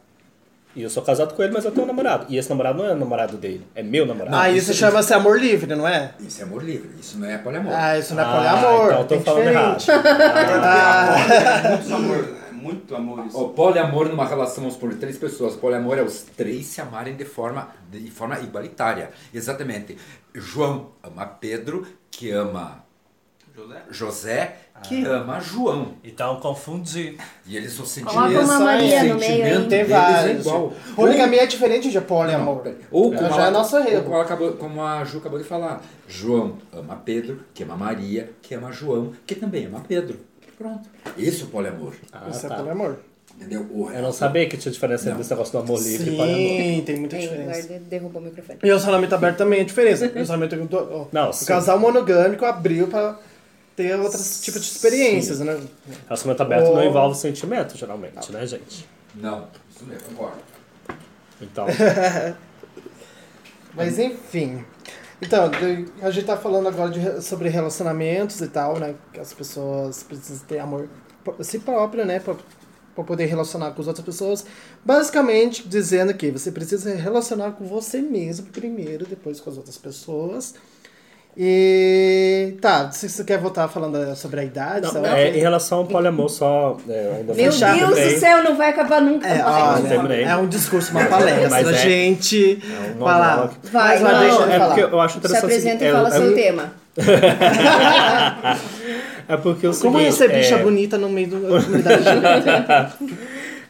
D: E eu sou casado com ele, mas eu tenho um namorado. E esse namorado não é namorado dele, é meu namorado.
B: ah, isso chama-se amor livre, não é?
C: Isso é amor livre, isso não é poliamor.
B: Ah, isso não é
D: Ah,
B: poliamor.
D: Então eu tô
B: é
D: falando
B: diferente.
D: errado.
B: um.
H: É muito amor, é muito amor isso.
C: O poliamor numa relação, vamos supor, de três pessoas. Poliamor é os três se amarem de forma, de forma igualitária. Exatamente. João ama Pedro, que ama
H: José?
C: José, que ama João.
I: Então confundi.
C: E eles são
A: Coloca
C: sentimentos.
B: Isso
A: uma
B: aí,
A: Maria no meio
C: sentimento.
A: aí.
B: Tem
C: Eles
B: vários.
C: é igual.
B: Poligamia é diferente de poliamor.
C: Ou
B: Já
C: como,
B: é
C: ela,
B: a nossa
C: ou
B: rede.
C: como, ela acabou- como a Ju acabou de falar. João ama Pedro, que ama Maria, que ama João, que também ama Pedro. Pronto. Isso é poliamor.
B: isso é
D: tá.
B: poliamor.
C: Entendeu? O-
D: Eu não sabia que tinha diferença entre esse negócio do amor livre e poliamor.
B: Sim, tem muita
A: Ei, o
B: diferença.
A: guarda derrubou o microfone.
B: E o relacionamento aberto também é diferença. O relacionamento do, ó,
D: Não,
B: o
D: sim.
B: casal monogâmico abriu pra ter outros tipos de experiências, né?
D: Relacionamento aberto não
B: Ou-
D: envolve sentimento, geralmente, né, gente?
C: Não, isso mesmo, concordo.
D: Então,
B: Mas enfim. Então, de- a gente tá falando agora de re- sobre relacionamentos e tal, né? Que as pessoas precisam ter amor por si próprio, né? Pra, pra poder relacionar com as outras pessoas. Basicamente dizendo que você precisa se relacionar com você mesmo primeiro, depois com as outras pessoas. E tá, se você quer voltar falando sobre a idade,
D: não,
B: sei lá.
D: é, em relação ao poliamor, só. é, ainda
A: Meu
D: fechar
A: Deus
D: também.
A: do céu, não vai acabar nunca
B: É,
A: mais.
D: não
B: olha,
D: terminei.
B: é um discurso, uma palestra,
D: Mas é-
B: gente.
D: É um
B: Vai lá.
D: monólogo.
A: Vai,
B: Mas vai,
A: não,
B: deixa ele
D: é
B: falar.
D: porque eu acho
A: Se
D: interessante.
A: apresenta e
D: é,
A: fala
D: é,
A: seu tema.
D: É porque o
B: Como é
D: seguinte,
B: ser bicha
D: é,
B: bonita no meio do- da comunidade?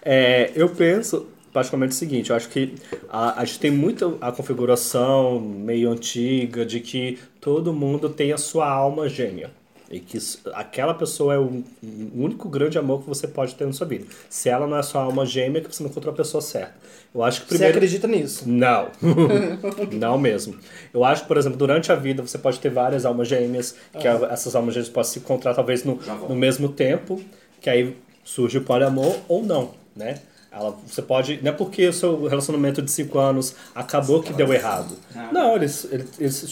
D: É, eu penso praticamente o seguinte, eu acho que a, a gente tem muito a configuração meio antiga de que todo mundo tem a sua alma gêmea. E que s- aquela pessoa é o un- o único grande amor que você pode ter na sua vida. Se ela não é a sua alma gêmea, é que você não encontrou a pessoa certa. Eu acho que
B: Você
D: primeiro.
B: acredita nisso?
D: Não. não mesmo. Eu acho que, por exemplo, durante a vida você pode ter várias almas gêmeas, que a- essas almas gêmeas podem se encontrar talvez no, no mesmo tempo, que aí surge o poliamor ou não, né? Ela, você pode. Não é porque o seu relacionamento de cinco anos acabou que deu errado. Não, eles. eles,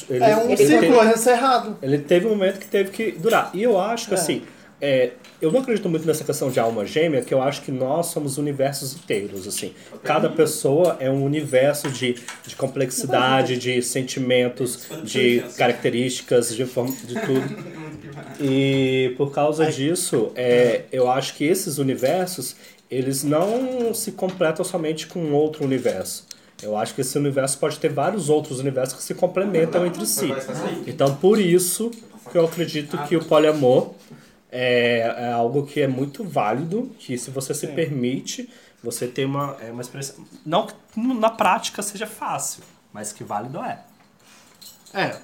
D: eles,
B: É um
D: eles têm-
B: ciclo encerrado.
D: ele teve um momento que teve que durar. E eu acho que, assim, é, eu não acredito muito nessa questão de alma gêmea, que eu acho que nós somos universos inteiros, assim. Cada pessoa é um universo de, de complexidade, de sentimentos, de características, de, forma, de tudo. E por causa disso, é, eu acho que esses universos, eles não se completam somente com um outro universo. Eu acho que esse universo pode ter vários outros universos que se complementam entre si. Então, por isso que eu acredito que o poliamor é, é algo que é muito válido, que se você se permite, você tem uma, é uma expressão. Não que na prática seja fácil, mas que válido é.
B: É.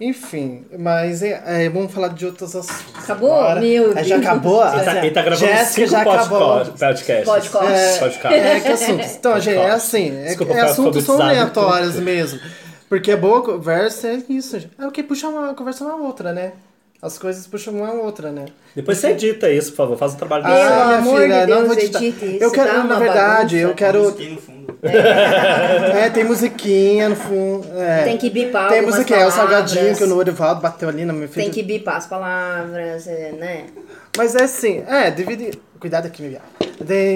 B: Enfim, mas é, é, vamos falar de outros assuntos.
A: Acabou?
B: Agora.
A: Meu
B: É, já
A: Deus.
B: acabou?
D: Ele tá, ele tá gravando
B: Jéssica já
D: cinco
B: acabou.
D: podcasts. Podcasts.
A: Podcasts.
B: É. É, que assuntos. Então, gente, é assim. É,
D: Desculpa, né?
B: é
D: eu tava
B: assuntos são
D: alfabetizado.
B: aleatórios mesmo. Porque boa conversa é isso. gente. É o que puxa uma conversa uma outra, né? As coisas puxam uma outra, né? Ah,
D: Depois você edita isso, por favor. Faz o trabalho
A: Meu
D: desse.
B: minha
A: amor de Deus,
B: vou editar.
A: edite isso,
B: Eu
A: dá
B: quero, na
A: uma
B: verdade, eu
A: bagunça.
B: quero.
H: Tem no fundo.
B: É, tem musiquinha no fundo. é.
A: Tem que bipar
B: Tem
A: algumas
B: musiquinha, é o
A: palavras.
B: salgadinho que o Norivaldo bateu ali na minha
A: Tem
B: frente.
A: que bipar as palavras, é, né?
B: Mas é assim, é, divide. Cuidado aqui, meu viado.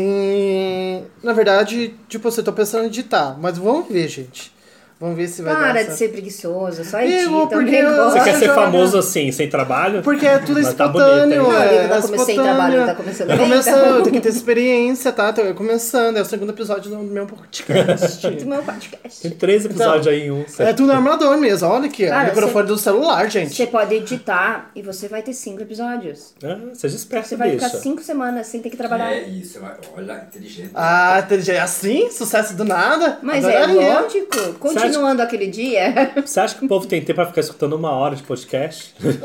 B: Tem- Na verdade, tipo, assim, eu tô pensando em editar, mas vamos ver, gente. Vamos ver se vai dar.
A: Para de
B: certo.
A: ser preguiçoso, só
B: Ih,
A: edita
B: vou
A: o
B: porque
A: negócio.
D: Você
B: eu-
D: quer ser
B: Joga-
D: famoso assim, sem trabalho?
B: Porque é tudo
D: Mas tá
B: espontâneo,
D: bonito,
A: hein?
B: é.
A: Não, tá
B: é
A: começando
B: espontâneo.
A: trabalho, tá começando
B: Tá
A: bem,
B: começando,
A: então.
B: tem que ter experiência, tá? Tô começando, é o segundo episódio do meu podcast.
A: Do meu podcast.
D: Tem três episódios aí em um.
B: é tudo armador mesmo, olha aqui, ó.
A: Cara,
B: o microfone do celular, gente.
A: Você pode editar e você vai ter cinco episódios.
D: Ah, seja esperto,
A: Você vai
D: bicha.
A: ficar
B: assim.
A: cinco semanas sem ter que trabalhar.
C: É isso, olha, inteligente.
B: Ah, inteligente. Assim? Sucesso do nada?
A: Mas é
B: Adoraria.
A: lógico. Continuando aquele dia,
D: Você acha que o povo tem tempo pra ficar escutando uma hora de podcast?
B: Ah,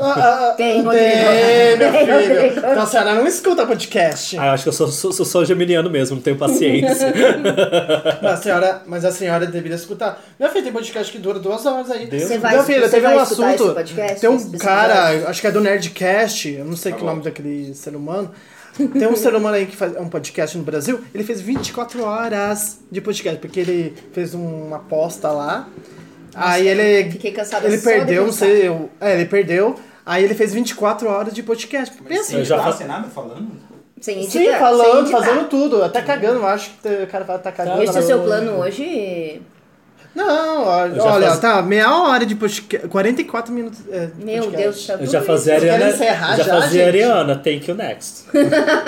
B: ah,
A: Tem,
B: Tem, meu
A: Rodrigo. Tem,
B: filho.
A: Rodrigo.
B: Então, a senhora não escuta podcast.
D: Ah, eu acho que eu sou, sou, sou, sou geminiano mesmo, não tenho paciência.
B: Mas a senhora, mas a senhora deveria escutar. Minha filha, tem podcast que dura duas horas aí.
A: Você vai-
B: Minha filha,
A: você
B: teve
A: vai
B: um
A: escutar esse
B: assunto.
A: podcast,
B: Tem
A: esse
B: um
A: episódio?
B: cara, acho que é do Nerdcast, eu não sei que
C: bom.
B: nome daquele ser humano. Tem um ser humano aí que faz é um podcast no Brasil, ele fez 24 horas de podcast, porque ele fez uma aposta lá. aí ele.
A: fiquei cansada
B: Ele
A: só de
B: perdeu, não
A: pensar.
B: sei. eu- É, ele perdeu. Aí ele fez 24 horas de podcast.
H: Mas
B: Pensa.
H: sem
D: Eu já
H: editar,
D: fa-
H: sem nada falando?
A: Sem
B: Sim,
A: editar,
B: falando,
A: sem editar.
B: fazendo tudo. Até cagando, eu acho que o cara tá cagando.
A: Esse é o seu plano hoje?
B: Não,
D: Eu
B: olha,
D: já
B: olha,
D: faz-
B: tá, meia hora de podcast. 44 minutos. É, de
A: Meu
B: podcast.
A: Deus, tá
D: Eu
A: tudo
D: já fazia a
B: Vocês querem
D: Ariana.
B: encerrar
D: eu já,
B: já,
D: fazia a
B: gente?
D: Ariana, thank you next.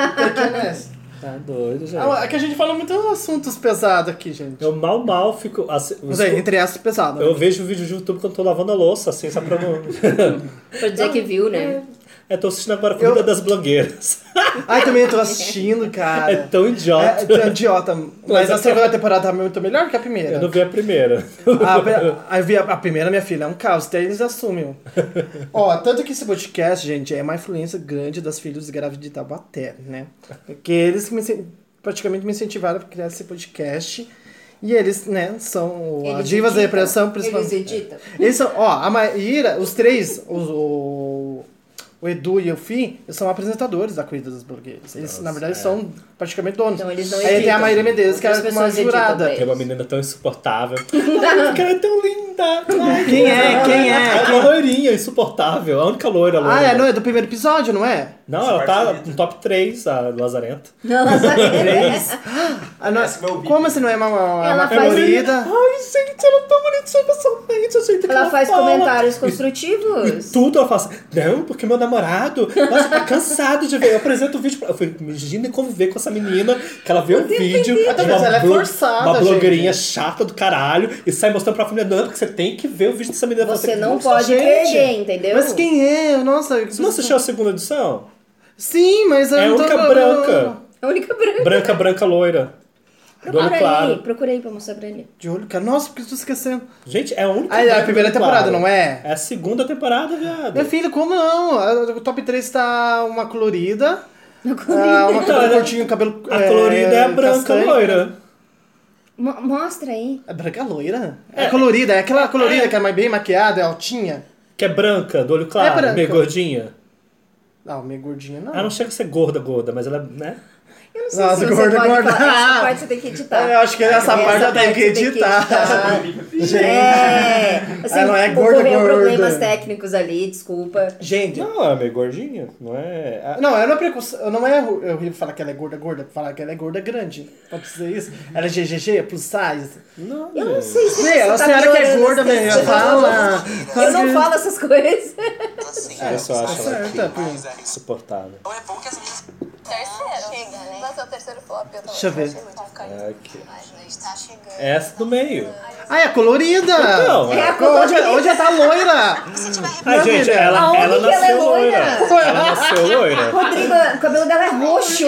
B: É,
D: Tá doido, gente.
B: é que a gente fala muitos assuntos pesados aqui, gente.
D: Eu mal, mal fico. assim,
B: Mas é,
D: eu,
B: entre aspas, pesado. né?
D: eu vejo vídeo de YouTube quando tô lavando a louça, assim, só pra não.
A: Pra dizer que viu, né?
D: é, tô assistindo agora a comida das blogueiras.
B: Ai, também eu tô assistindo,
D: É
B: cara.
D: tão
B: É,
D: idiota.
B: é idiota. Mas a segunda temporada tá muito melhor que a primeira.
D: Eu não vi a primeira.
B: A, a, eu Ah, vi a, a primeira, minha filha, é um caos, até eles assumem. Ó, tanto que esse podcast, gente, é uma influência grande das filhas grávidas de Taubaté, né? Porque eles que me, incen- praticamente me incentivaram a criar esse podcast. E eles, né, são as
A: Eles
B: divas da
A: editam,
B: repressão,
A: Eles
B: principalmente.
A: editam.
B: Eles são, ó, a Maíra, os três, os- o, o Edu e o Fim, eles são apresentadores da Corrida dos Blogueiros. Eles, na verdade, são praticamente donos.
A: Então eles não
B: Aí tem a
A: editam.
B: Maíra Medeiros, que é
A: Outras
B: uma
A: pessoas editam
B: jurada.
A: pra
D: É uma menina tão insuportável. Ai, esse cara é tão linda. Ai,
B: Quem é? Quem é?
D: É uma loirinha, insuportável. A única loira loira.
B: Ah, é, não, é do primeiro episódio, não é?
D: Não, ela tá
H: Parecido.
D: no top 3, a Lazarenta.
A: Não, ela só-
B: Ah, não-
H: Essa é meu bico.
B: como assim não é uma, uma,
A: Ela
B: uma
A: faz-
B: colorida?
D: Ai, gente, ela é tão bonita, só pessoalmente, a gente
A: ela faz
D: fala.
A: comentários
D: E
A: construtivos.
D: tudo ela fala assim, não, porque meu namorado, nossa, tá cansado de ver. Eu apresento o vídeo pra. Eu falei, imagina conviver com essa menina, que ela vê o vídeo. de
B: Mas ela é
D: blo-
B: forçada,
D: Uma blogueirinha
B: gente.
D: chata do caralho, e sai mostrando pra família, não, porque você tem que ver o vídeo dessa menina. Eu
A: Você
D: falei,
A: não
D: nossa,
A: pode
D: gente.
A: perder, entendeu?
B: Mas quem é? Nossa, eu-
D: Você não assistiu a segunda edição?
B: Sim, mas eu
D: É a
B: não tô-
D: única branca.
A: A única branca.
D: Branca, branca, loira. Do olho
A: Procura
D: claro.
A: aí, procura aí pra mostrar pra ele.
B: De olho, cara. Nossa, por que eu tô esquecendo?
D: Gente, é a única.
B: Ah, é a
D: branca,
B: primeira
D: olho
B: temporada,
D: claro.
B: não é?
D: É a segunda temporada, viado.
B: Meu filho, como não? A- O top 3 tá uma colorida. ah, uma
D: Então,
B: cabelo
D: ela-
B: curtinho, cabelo.
D: A colorida
B: tá
D: é a branca
B: castanho.
D: loira.
A: Mo- mostra aí.
B: É branca loira? É, colorida, é aquela colorida que é mais bem maquiada, é altinha.
D: Que é branca, do olho claro,
B: branca. Ah.
D: meio gordinha.
B: Não, meio gordinha não.
D: Ela não chega a ser gorda, gorda, mas ela é, né?
A: Eu não sei
B: Nossa,
A: se você
B: gorda,
A: pode
B: gorda.
A: falar. Essa parte você tem que editar.
D: tá.
B: Eu acho que essa parte eu tenho que
A: você tem
B: editar.
A: É, assim,
B: Ela não é
A: ocorreu
B: gorda, gorda.
A: problemas técnicos ali, desculpa.
B: Gente,
D: Não, ela é meio gordinha, não é? A-
B: Não, ela não é preconceito. Não é ru- é horrível falar que ela é gorda, gorda. Falar que ela é gorda grande. Pode dizer isso? Ela é GGG, plus size.
D: Não, né?
A: Eu não sei se
B: Meu, a
A: Uhum. você tá
B: senhora que é
A: piorando
B: gorda,
A: as
B: velho.
A: coisas.
B: Fala.
A: Eu não falo essas coisas.
I: Assim,
D: É, Eu
B: tá
D: só
I: sabe?
D: acho ela
B: certa,
D: aqui
B: pô.
D: insuportável.
I: Então é bom que as meninas.
J: Terceiro. Chega, né? Mas é o terceiro flop, eu também
B: Deixa eu ver.
J: achei muito ficar
D: É aqui.
J: Mas tá chegando.
D: É Essa do meio.
B: Ah, é colorida!
D: Não,
A: É a
B: Hoje,
A: colorida.
B: hoje ela tá loira!
J: Se tiver repetido,
D: Ai,
B: Não,
D: gente,
B: filha,
D: ela,
A: aonde
D: ela
A: que ela
D: nasceu
A: é loira?
D: loira. Ela nasceu loira.
A: Rodrigo, o cabelo dela é roxo.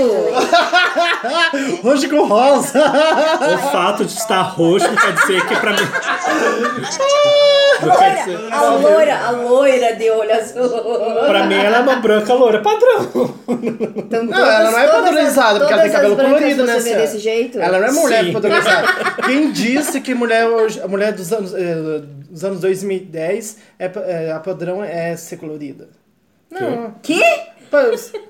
B: Hoje com rosa!
D: O fato de estar roxo não quer dizer que pra mim. Não quer dizer.
A: Loira, a loira, a loira de olho azul.
D: Pra mim ela é uma branca loira padrão.
A: Então,
B: Não, ela não é
A: todas as-
B: padronizada, porque ela
A: todas
B: tem
A: as
B: cabelo
A: brancas
B: colorido, né?
A: Você vê
B: senhora?
A: desse jeito?
B: Ela não é mulher
D: Sim.
B: padronizada. Quem disse que mulher, é hoje- a mulher dos anos, eh, dos anos 2010 é, pa- é, a padrão é ser colorida? Não.
A: Que?
B: Pa-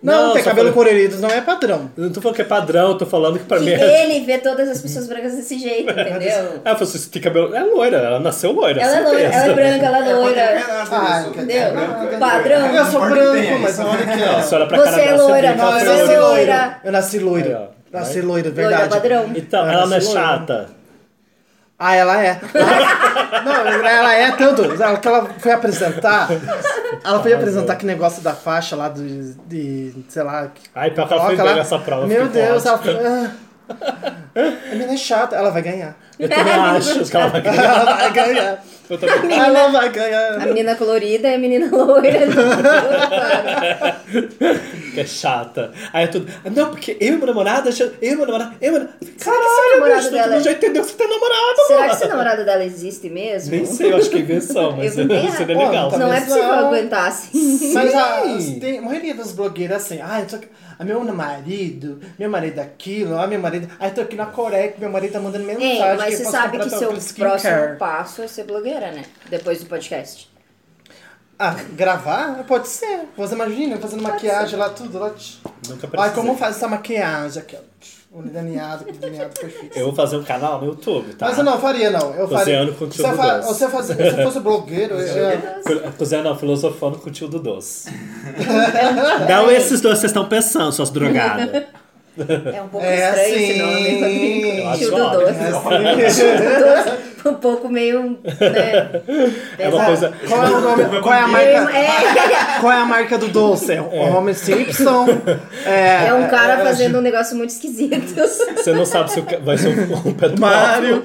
B: Não,
D: Não,
B: ter
D: só
B: cabelo
D: falei-
B: colorido não é padrão.
D: Eu não tô falando que é padrão, eu tô falando que pra
A: Que
D: mim é.
A: ele vê todas as pessoas brancas desse jeito, entendeu?
D: Ela falou assim: você tem cabelo. É loira, ela nasceu loira.
A: Ela é loira,
D: certeza.
A: ela é branca, ela é
H: É,
A: loira.
H: nada disso.
A: entendeu?
H: É branco, é
A: Padrão.
H: branco.
B: Ah, Eu sou
H: Não importa o que
B: branco,
H: tenha,
B: mas
H: isso.
B: olha aqui, ó.
D: Não, você olha pra
A: Você
D: cara
A: é
D: dela, você
A: loira,
D: brinca,
A: não,
D: ela
A: você
D: fala,
A: é
D: "Loira".
A: loira.
B: Eu nasci loira.
D: Aí, ó.
B: nasci
D: Vai.
B: loira, verdade.
A: Loira padrão.
D: Então,
B: Ela
D: ela não é
B: nasceu loira.
D: chata.
B: Ah, ela é. não, ela é tanto. Ela, que ela foi apresentar. Ela foi apresentar que negócio da faixa lá do, de. sei lá. que
D: Ai, pior que ela foi
B: coloca
D: bem
B: lá.
D: nessa prova.
B: Meu
D: fiquei
B: Deus,
D: com
B: ela
D: ódio.
B: foi. ah. A menina é chata, ela vai ganhar.
D: Eu também acho que ela vai ganhar.
B: Ela vai ganhar.
D: Eu também-
B: Ela vai
A: A
B: ganhar.
A: menina colorida e a menina loira.
D: Que é chata. Aí eu tudo. Não, porque eu e meu namorado, eu e meu namorado, eu e meu namorado. Caralho,
A: namorado
D: meu, tu
A: dela-
D: não já entendeu que você tem namorado,
A: Será
D: mano.
A: que esse namorado dela existe mesmo?
D: Nem sei, eu acho que é invenção, mas
A: Eu também
D: seria
B: acho.
D: legal.
B: Ó,
A: Não é
B: Talvez
A: possível
B: não.
A: aguentar assim.
B: Mas a, tem, a maioria das blogueiras assim, ah, eu tô aqui- ah, meu marido, meu marido aquilo, ah, meu marido. Ah, eu tô aqui na Coreia que meu marido tá mandando mensagem.
A: Ei, mas
B: que
A: você
B: posso
A: sabe
B: comprar
A: que
B: teu
A: seu
B: skincare."
A: próximo passo é ser blogueira, né? Depois do podcast.
B: Ah, gravar? Pode ser. Você imagina, fazendo maquiagem lá, tudo lá. tch.
D: Nunca
B: Ai,
D: precisei.
B: como faz essa maquiagem aqui? ó. Olho daniado, olho daniado perfeito.
D: Eu vou fazer um canal no YouTube, tá?
B: Mas eu não faria, não. Eu
D: Tô
B: faria.
D: zeando com o tio
B: se, eu
D: do
B: fa-
D: doce.
B: se eu faz- se eu fosse blogueiro, eu, eu-
D: Fil- Cozinhando, não, filosofando com o tio do doce. não esses dois que vocês estão pensando, suas drogadas.
A: É um pouco
B: É
A: estranho
B: assim.
A: esse nome, Rodrigo.
D: Eu acho é
A: Tio do
D: ótimo.
A: doce.
B: é
A: Tio do doce. Um pouco meio. Né,
D: É uma coisa.
B: Qual é o nome? Qual é a
A: meio-
B: marca?
A: é,
B: Qual é a marca do doce? É o Homem Simpson? É,
A: é um cara fazendo um negócio muito esquisito.
D: Você não sabe se o ca- vai ser um, um pedófilo.
B: Mário.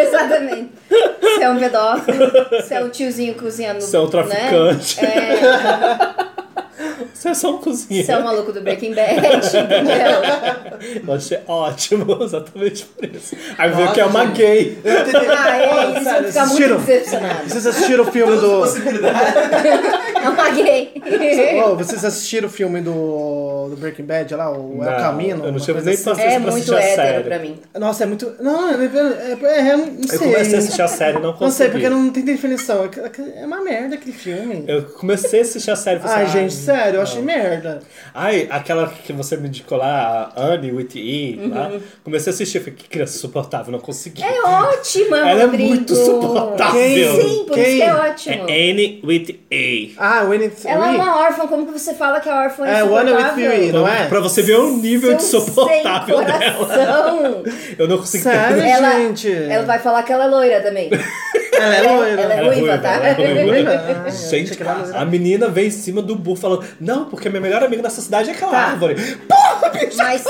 A: Exatamente. Se é um pedófilo, se é um tiozinho cozinhando.
D: Se é um
A: né?
D: traficante.
B: né?
A: É,
D: Você é só um cozinheiro.
A: se é o maluco do Breaking Bad, entendeu?
D: Eu achei ótimo, exatamente por isso. Aí veio
B: Nossa,
D: que é uma
B: gente.
D: gay.
B: Eu tentei-
A: Ah, é, eles vão
B: Sério,
A: ficar muito
B: assistiram?
A: decepcionados.
B: Vocês assistiram o filme do.
A: É uma gay.
B: Ô, vocês assistiram o filme do, do Breaking Bad lá, É o El
D: Não,
B: Camino?
D: eu não
B: uma
D: tive
B: coisa
D: nem
B: assim?
D: tanto-
A: É
D: pra assistir
A: muito
D: a
A: hétero
D: série.
A: pra mim.
B: Nossa, é muito. Não, é, é, é, não
D: Eu
B: sei.
D: comecei a assistir a série e não consegui.
B: não sei, porque não tem definição. É uma merda aquele filme.
D: Eu comecei a assistir a série e falei
B: Ai,
D: assim,
B: gente, sério, eu achei merda.
D: Ai, aquela que você me indicou lá, a Annie with E, lá. Comecei a assistir, falei, que criança suportável, não consegui.
A: É ótima,
D: Ela é
A: Rodrigo.
D: muito suportável.
A: Sim, por isso
B: Quem?
A: que é ótimo.
D: É Annie with A.
B: Ah, o Anything.
A: Ela é uma órfã, como que você fala que a órfã é
B: É, One
A: insuportável?
B: with Fury, não é?
D: Pra você ver o nível de
A: Seu
D: suportável
A: sem
D: dela.
A: coração.
D: Eu não consigo
B: Sério,
D: ter.
A: Ela- é
B: gente?
A: Ela vai falar que ela é loira também.
B: Ela é loira.
A: Ela é
D: Ela é
A: ruiva, tá?
D: ela é ruiva.
B: Ah,
D: Gente, a menina veio em cima do burro falando, não, porque a minha melhor amiga nessa cidade é aquela
B: Tá.
D: árvore.
A: Mas,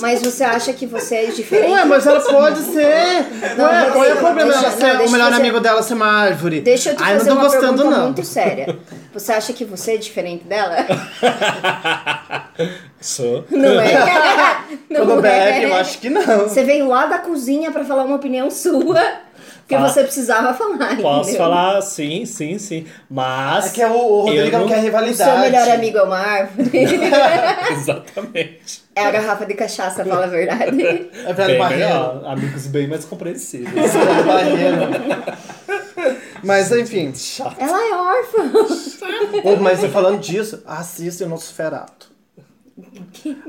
A: mas você acha que você é diferente?
B: Ué, mas ela pode ser.
A: Não,
B: Ué, qual é o
A: Rodrigo,
B: problema
A: deixa-
B: dela
A: não,
B: ser
A: deixa
B: o melhor
A: você-
B: amigo dela ser uma árvore?
A: Deixa eu te
B: Ai,
A: fazer
B: não tô
A: é uma
B: gostando,
A: pergunta
B: não.
A: muito séria. Você acha que você é diferente dela?
D: Sou.
A: Não é? Não
B: Tudo
A: é.
B: bem, eu acho que não.
A: Você veio lá da cozinha pra falar uma opinião sua que
D: Fala.
A: você precisava falar.
D: Posso
A: entendeu?
D: falar, sim, sim, sim. Mas.
B: É que o, o Rodrigo
D: Eu
B: não,
D: não-
B: quer
A: O
B: rivalidade.
A: seu melhor amigo é uma árvore?
D: Exatamente.
A: é a garrafa de cachaça, fala a verdade.
B: É
D: Bem
B: Velho Barreiro.
D: melhor. Amigos bem mais compreensíveis.
B: Velho Barreiro. Mas enfim.
A: Ela é órfã.
B: Ô, mas eu falando disso, assista o Nosferato.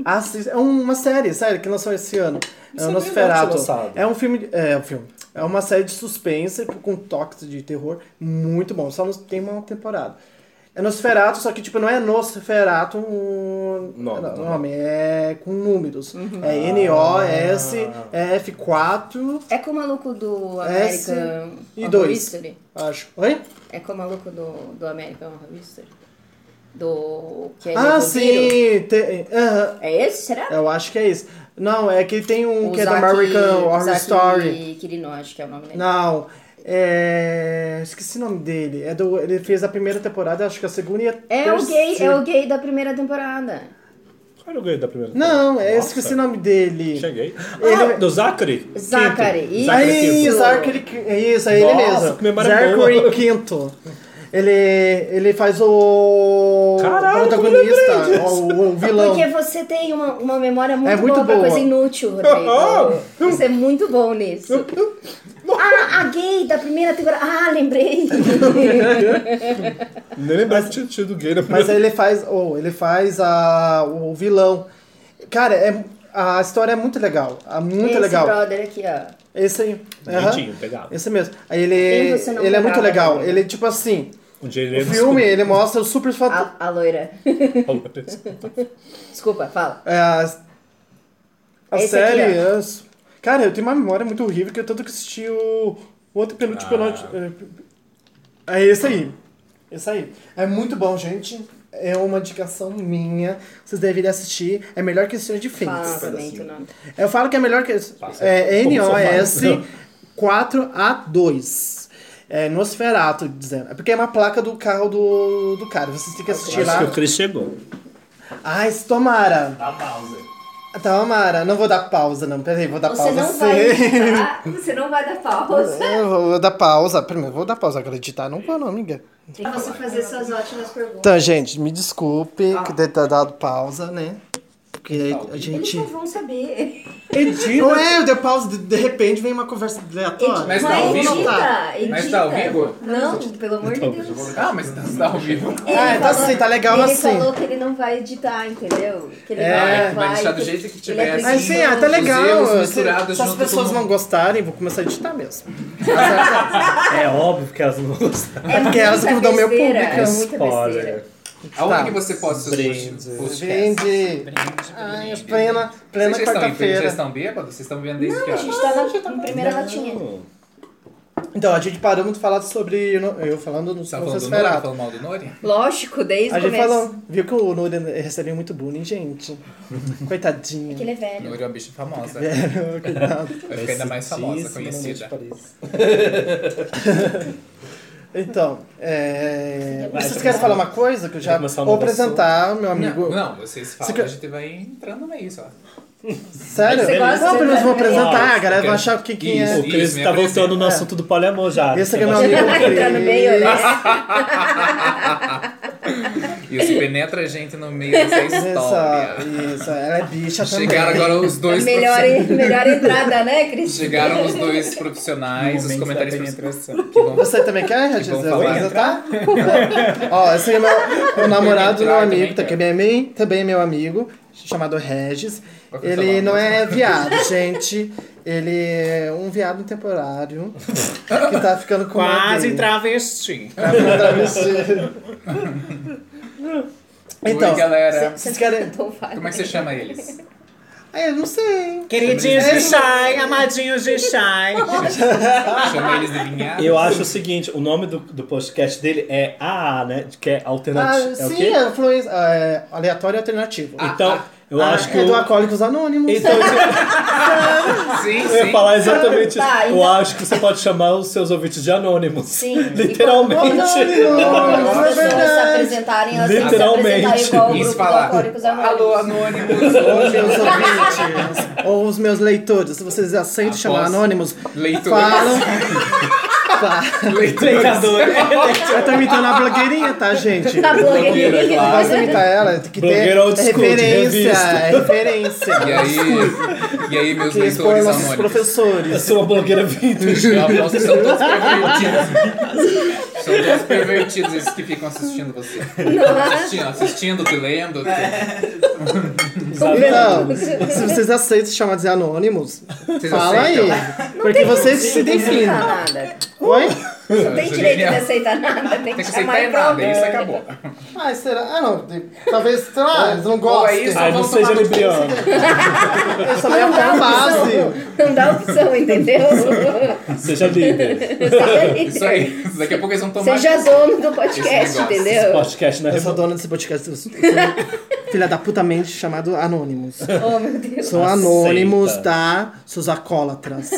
B: Assista. É uma série, sério, que lançou esse ano. É o
D: sabia não que
B: Nosferato.
D: tinha lançado.
B: É um filme. de- É um filme. É uma série de suspense com toques de terror muito bom. Só não tem uma temporada. É Nosferato, só que tipo, não é Nosferato um não,
D: Nome, nome. Uhum.
B: nome, é com números. É
D: Ah.
B: N-O-S-F4,
A: É com o maluco do
B: Essa
A: American
B: É, e
A: Horror
B: dois.
A: Story?
B: acho. Oi?
A: É com o maluco do, do American Horror Story? Do... Que ele é
B: Ah,
A: do Viro.
B: sim! Tem, aham.
A: É esse, será?
B: Eu acho que é isso. Não, é que tem um
A: O
B: que é do
A: Zaki-
B: American Horror
A: Zaki
B: Story.
A: Kirino, acho que é o nome dele.
B: Não. É. Esqueci o nome dele. É do... Ele fez a primeira temporada, acho que a segunda e a
A: É o, gay, é
B: terceira.
A: o gay da primeira temporada.
D: Qual era o ganho da primeira
B: Não, é,
D: Nossa,
B: esqueci o nome dele. É
D: Cheguei.
B: Ele-
D: Ah, do Zachary?
A: Zachary,
D: Quinto.
A: isso.
D: Zachary
B: Aí,
D: Quinto.
B: Zachary Quinto. É isso, é ele
D: Nossa,
B: mesmo.
D: que memória boa.
B: Zachary Quinto. Ele, ele faz o
D: Caralho, como lembrei
B: protagonista,
D: disso.
B: o, o vilão.
A: Porque você tem uma, uma memória muito,
B: É muito
A: boa, pra
B: boa.
A: coisa inútil, Rodrigo. Você é muito bom nisso. Ah, a gay da primeira temporada. Ah, lembrei.
D: Nem lembrava que tinha tido gay na
B: Mas é-
D: primeira.
B: aí ele faz, ou ele faz a, o vilão. Cara, é, a história é muito legal. É muito
A: Esse
B: legal.
A: brother aqui, ó.
B: Esse aí. Aham.
D: Direitinho, pegava.
B: Esse mesmo. Aí
A: Quem
B: ele,
A: você não
B: ele é muito
A: lembrava né?
B: legal.
A: também?
B: Ele, tipo assim,
D: Um dia
B: o
D: ele
B: filme, ele mostra os super fato-
A: A, a loira. Desculpa, fala.
B: é, as- A
A: Esse
B: série.
A: aqui,
B: as- Cara, eu tenho uma memória muito horrível que eu tanto que assisti o, o outro
D: Ah.
B: penúltimo. penúltimo- É é esse aí. Esse aí. É muito bom, gente. É uma indicação minha. Vocês deveriam assistir. É melhor que Stranger
A: Fala
B: Things.
A: também teu nome.
B: Eu falo que é melhor que.
D: Passa.
B: É
D: Como
B: NOS
D: são
B: 4A2. É Nosferato, dizendo. É porque é uma placa do carro do, do cara. Vocês têm que assistir
D: Acho
B: lá.
D: que o Chris chegou.
B: Ai, tomara.
D: Dá pausa.
B: Tomara. Não vou dar pausa, não. Peraí, vou dar
A: Você
B: pausa.
A: não
B: sim.
A: vai editar, você não vai dar pausa
B: Eu vou vou dar pausa. Primeiro, vou dar pausa. Agora editar não vou, não, amiga.
A: pra você fazer suas ótimas perguntas.
I: Ah.
B: Então, gente, me desculpe que ter dado pausa, né? Porque a gente.
A: Eles não vão saber.
D: Edita.
B: Não é, de pause, de, de repente vem uma conversa aleatória.
A: Mas
I: tá ao
A: edita,
I: vivo?
A: edita.
I: Mas tá ao vivo?
A: Não, pelo amor de Deus.
I: Ah, mas tá, tá ao vivo.
A: Ele
B: Ah, tá
A: falou-
B: assim, tá legal
A: ele
B: assim.
A: falou que ele não vai editar, entendeu? Que ele
B: É,
A: vai,
I: vai deixar do
A: que-
I: jeito que
A: ele
I: tiver,
A: é
I: assim.
B: Mas sim, ah,
A: preguiçoso.
B: tá legal.
I: Os erros
B: Se,
I: misturados
B: se as
I: junto
B: pessoas
I: com-
B: não gostarem, vou começar a editar mesmo.
D: É óbvio que elas não vão gostar.
A: É
B: Porque elas
A: muita
B: que dão meu
A: besteira,
B: público.
A: É muita besteira.
I: Aonde
B: Tá.
I: que você pode seus
D: Brinde.
I: post- podcasts?
B: Vende.
I: Brinde,
B: Ai,
I: brinde.
B: plena,
I: Vocês
B: plena
I: já estão em- Vocês
B: quarta-feira.
I: estão bêbados? Vocês estão vendo desde que
A: A
I: horas?
A: gente tá na, na primeira latinha.
D: Não.
B: Então, a gente parou de falar sobre. Eu falando no
I: Tá falando do
B: Confesso
I: Nori?
B: Ferado.
I: Falando mal do Nori?
A: Lógico, desde
B: A
A: o
B: gente
A: começo.
B: falou, viu que o Nuri recebeu muito bullying, gente.
A: Que
B: Coitadinho.
A: ele é velho.
I: Nori é uma bicha famosa.
B: Velho, cuidado.
I: Vai ficar ainda mais famosa,
D: tipo,
I: conhecida.
B: Então, é...
D: Vai,
B: vocês
D: vai.
B: querem falar uma coisa que eu já
D: Vai começar um
B: vou
D: novo
B: apresentar, meu amigo?
I: Não, não, vocês falam,
B: Você quer-
I: a gente vai entrando meio só.
B: Sério?
A: Você gosta?
B: não, eles vão
A: Você
B: apresentar,
D: vai-
B: a galera vai
I: Quero-
B: achar quem, quem
I: Isso.
D: O
B: é.
D: Cris
I: me
D: tá
I: apresenta.
D: voltando no
B: É.
D: assunto do poliamor já.
B: Esse aqui é meu
D: Sebastião.
B: amigo
A: Entrar no tá meio, né?
I: E Isso penetra a é gente no meio dessa
B: Essa,
I: história.
B: isso, ela é bicha
I: Chegaram
B: também.
I: agora os dois
A: Melhor,
I: profissionais.
A: melhor entrada, né, Cris?
I: Chegaram os dois profissionais, os
D: Momento
I: comentários
D: da
I: profissionais. Que vão
B: Você também quer, Regis?
I: vão
B: Eu vou
I: falar.
B: apresentar? Ó, esse é meu, meu namorado, meu
I: entrar
D: né?
B: amigo,
I: também,
B: que é bem- também é meu amigo, chamado Regis.
I: Vai começar
B: Ele
I: lá,
B: não
I: começa.
B: é viado, gente. Ele é um viado temporário que tá ficando com uma gay.
D: travesti.
B: Tá ficando travesti. Então,
I: Oi, galera.
B: vocês querem...
A: Então vai.
I: Como é que você chama eles?
B: Ah, eu não sei.
D: Queridinhos de Shai, amadinhos de Shai.
I: Chama eles de vinhados?
D: Eu acho o seguinte, o nome do, do podcast dele é AA, né? Que é
B: Ah,
D: alternativo. é o
B: sim,
D: quê?
B: é, fluência- é aleatório e alternativo.
D: Então, eu
B: Ah,
D: acho que...
B: é do
D: o-
B: Alcoólicos Anônimos.
D: Então,
I: Sim,
D: eu ia
I: sim.
D: falar exatamente isso.
A: Tá,
D: Eu
A: então-
D: acho que você pode chamar os seus ouvintes de anônimos.
A: Sim.
B: Oh, não,
D: Literalmente.
B: não,
A: Quando
B: não é
A: as pessoas se
B: verdade.
A: apresentarem, elas têm que se
D: Literalmente.
A: apresentar igual o
I: E se
A: grupo do
I: falar,
A: Alcoólicos Anônimos.
I: Alô, Anônimos, hoje eu
B: Meus
I: sou
B: ouvintes, ou os meus leitores, se vocês aceitam
I: Após-
B: chamar anônimos,
I: Ah, Leitores.
B: falam. Fa- Eu tô imitando a blogueirinha, tá, gente?
A: Tá
I: Blogueira,
A: blogueirinha.
I: claro.
B: Posso imitar ela? Tem que ter
D: Blogueira old
B: é
D: school, de
B: referência,
D: revista.
B: é referência.
I: E aí, e aí meus
B: Que foram
I: leitores
B: nossos
I: anônimos.
D: Eu
B: professores.
D: sou uma blogueira vintage.
I: Eu aposto que são todos pervertidos. são todos pervertidos esses que ficam assistindo você. Assistindo, assistindo, te lendo. te-
B: Então, se vocês aceitam chamar de anônimos,
I: Vocês
B: fala aí.
I: aceitam?
B: Porque vocês se
A: Não
B: definem.
A: aceitar nada.
B: Oi?
A: Não tem direito de aceitar nada. Tem que
I: Tem que
A: chamar
I: aceitar
A: e
I: é nada,
A: pronto.
I: isso acabou.
B: Ah, será? Ah, não. de- Talvez, sei lá, eles não
I: Ou é
B: gostem.
I: isso,
D: Ai, não
I: vamos
D: seja
I: tomar no cu.
D: libriano.
B: Eu sou meio
A: dá
B: a base.
A: opção. Não dá opção, entendeu?
D: Seja líder.
I: Isso aí, é daqui a pouco eles vão tomar.
A: Seja dono do
I: Esse
A: podcast,
I: negócio.
A: entendeu?
D: Podcast é na
B: Eu sou
D: Revolução.
B: dona desse podcast. eu sou- um Filha da puta mente chamado Anônimos.
A: Oh, meu Deus.
B: São
D: Aceita.
B: anônimos, tá? Seus acólatras.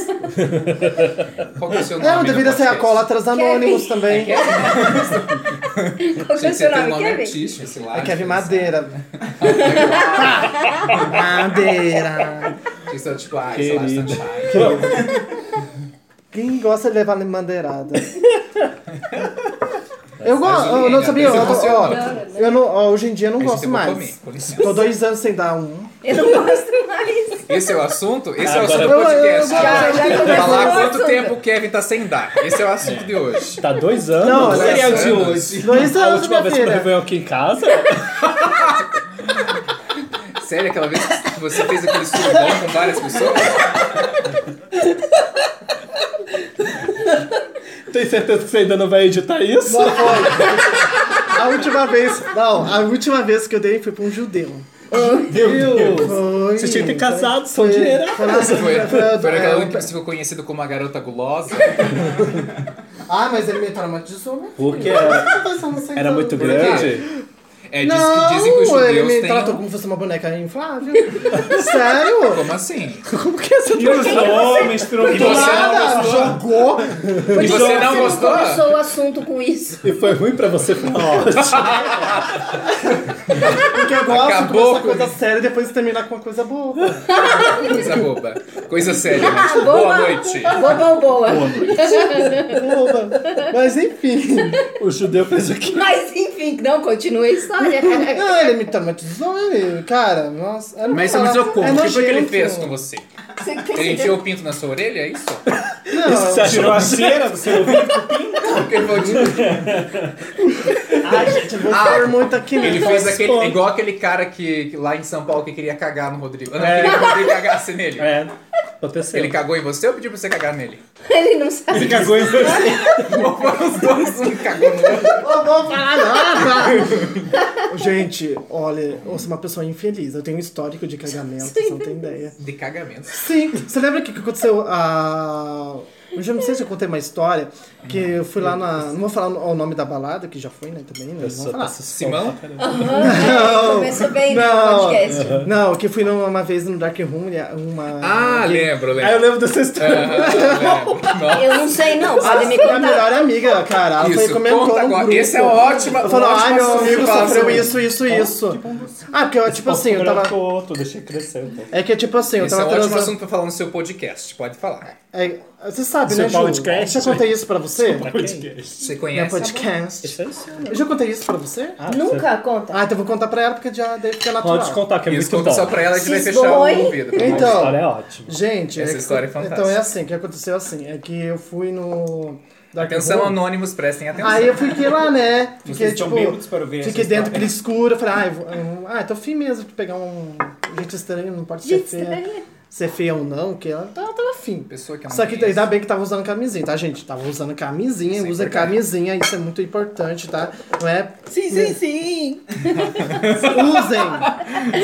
I: Qual que é o seu nome?
B: Não, Ah, deveria
I: no
B: ser
I: podcast?
B: acólatras anônimos
A: Kevin.
B: também.
A: Qual que é
I: Tinha
A: o
I: que ser
A: seu
I: teu
A: nome?
I: nome
A: Kevin?
I: artístico, esse lá.
B: É Kevin Madeira. Madeira.
I: Tinha que ser tipo, ah, sei lá,
D: Querido.
I: Sunshine.
B: Quem gosta de levar bandeirada? Eu gosto,
I: Mas,
B: eu não
I: Juliana,
B: sabia. Eu,
I: você
B: eu, ó, eu não, ó, hoje em dia eu não
I: Aí
B: gosto
I: você vai
B: mais.
I: comer, com licença.
B: Tô dois anos sem dar um.
A: Eu não gosto mais.
I: Esse é o assunto? Esse é o
D: Agora-
I: assunto do
B: Eu- eu-
I: podcast.
B: eu- eu-
A: Já, já começou
I: Falar
A: o
I: quanto
A: assunto.
I: tempo o Kevin tá sem dar. Esse é o assunto de hoje.
D: Tá dois anos?
B: Não,
D: Não,
B: dois
D: seria o de
I: anos.
D: hoje.
B: Dois
D: A
B: anos,
D: última
B: minha
D: vez que eu
B: filha.
D: Réveillon aqui em casa?
I: Sério, aquela vez que você fez aquele surubão com várias pessoas?
D: Tem certeza que você ainda não vai editar isso?
B: Não foi. A última vez. Não, a última vez que eu dei foi pra um judeu.
D: Meu Deus.
B: Foi.
D: Vocês tinham que ter casado, são
B: Foi-
D: dinheiro.
B: foi lá-
I: Foi,
B: foi-
I: foi
B: é,
I: aquela que ficou conhecida como a garota gulosa.
B: Ah, mas ele me traumatizou, né?
D: Porque era, era muito grande.
I: É, diz
B: assim, então. Não,
I: que dizem que os
B: ele
I: judeus
B: me
I: têm... um
B: tratou como se fosse uma boneca inflável. Sério?
I: Como assim?
B: Como que essa
D: E os homens
I: E é você
D: trocaram.
I: não
B: nada.
I: gostou
B: jogou.
I: E você não gostou?
A: começou o assunto com isso.
E: E foi ruim pra você foi ótimo.
B: Porque eu gosto
I: Acabou
B: de começar
I: com
B: coisa
I: isso.
B: séria e depois terminar com uma coisa boa.
I: Coisa boba. Coisa séria. né?
A: Ah, boa.
I: Boa noite.
A: Boa, boa, boa.
B: Boba. Mas enfim.
E: O judeu fez o quê?
A: Mas enfim, não, continue a história.
B: Não, ele me traumatizou, ele, cara, nossa. eu não
I: Mas é
B: vou
I: eu me
B: falar.
I: digo como? O que foi que ele
B: "É nojento.
I: fez com você?
A: Você
I: Ele
A: tem-
I: enfiou o pinto na sua orelha, é isso?
B: Não,
E: Você achou a cera? Você ouviu?
I: Porque ele falou de-
B: Ai, gente, eu vou falar muito aqui
I: Ah, Ele
B: não.
I: fez aquele.
B: Responde.
I: Igual aquele cara que, que lá em São Paulo que queria cagar no Rodrigo. Não,
B: É.
I: queria que o Rodrigo cagasse nele.
D: É,
B: então.
D: aconteceu.
I: Ele cagou em você ou pediu pra você cagar nele?
A: Ele não sabe.
E: Você cagou em você.
I: Ou foram os dois, um cagou no outro.
B: Não vou falar nada! Gente, olha, eu sou uma pessoa infeliz. Eu tenho um histórico de cagamento, você não tem ideia.
I: De cagamento.
B: Sim, você lembra que que aconteceu a. Eu já não sei se eu contei uma história, que eu fui lá na. Não vou falar o nome da balada, que já foi, né? Também, né? Não vou
D: Pessoa
B: falar.
D: tá se
I: Simão?
A: Aham, Começou bem no
B: Não,
A: podcast.
B: não, que eu fui numa- uma vez no Dark Room, uma.
I: Ah, lembro,
B: Aí É, eu
I: lembro.
B: lembro dessa história.
I: Ah, lembro. Nossa.
A: Eu não sei, não. Pode me
B: Minha
A: contar.
B: melhor amiga, cara, ela foi
I: Isso,
B: comentou
I: conta
B: no
I: agora.
B: grupo.
I: Esse é ótimo. né?"
B: Ela falou, ah, meu amigo sofreu
I: isso.
B: isso, isso, isso. Ah, porque eu, tipo assim, eu
D: Com
B: tava...
D: o outro, deixei crescer um pouco.
B: É que, tipo assim, eu
I: é Esse é
B: tava
I: um ótimo
B: transando...
I: assunto pra falar no seu podcast. Pode falar.
B: É, você sabe,
D: Seu
B: né, Ju?
D: podcast,
B: Eu já contei isso pra você?
D: Pra quem?
I: Você
B: Meu
I: conhece?
B: podcast.
D: Isso é isso, né?
B: Eu já contei isso pra você?
D: Ah, você-
A: Nunca conta.
B: Ah, então eu vou contar pra ela, porque já daí fica natural.
D: Pode contar, que é
I: Isso,
D: muito
I: conta
D: bom.
I: só pra ela que vai
A: Se
I: fechar
A: esborre.
I: o ouvido.
D: A
B: Então,
D: história é ótima.
B: gente...
I: Essa
B: é que-
I: história é fantástica.
B: Então é assim, o que aconteceu assim, é que eu fui no... Dark
I: Atenção,
B: Room.
I: anônimos, prestem atenção.
B: Aí eu fiquei lá, né? Fiquei,
H: Vocês estão
B: tipo,
H: bêbados para ver essa
B: fiquei dentro
H: história.
B: daquele escuro. eu Falei, ah, eu vou, eu- ah, tô fim mesmo de pegar um. Gente estranha, não pode
A: Gente tá
B: ser feia.
A: estranha.
B: Ser feia ou não, que ela tava, tava afim.
I: Pessoa que é eu não
B: Só que
I: conheço.
B: ainda bem que tava usando camisinha, tá, gente? Tava usando camisinha,
I: Isso é
B: usa
I: importante.
B: camisinha, isso é muito importante, tá? Não é.
A: Sim, sim, sim.
B: Usem!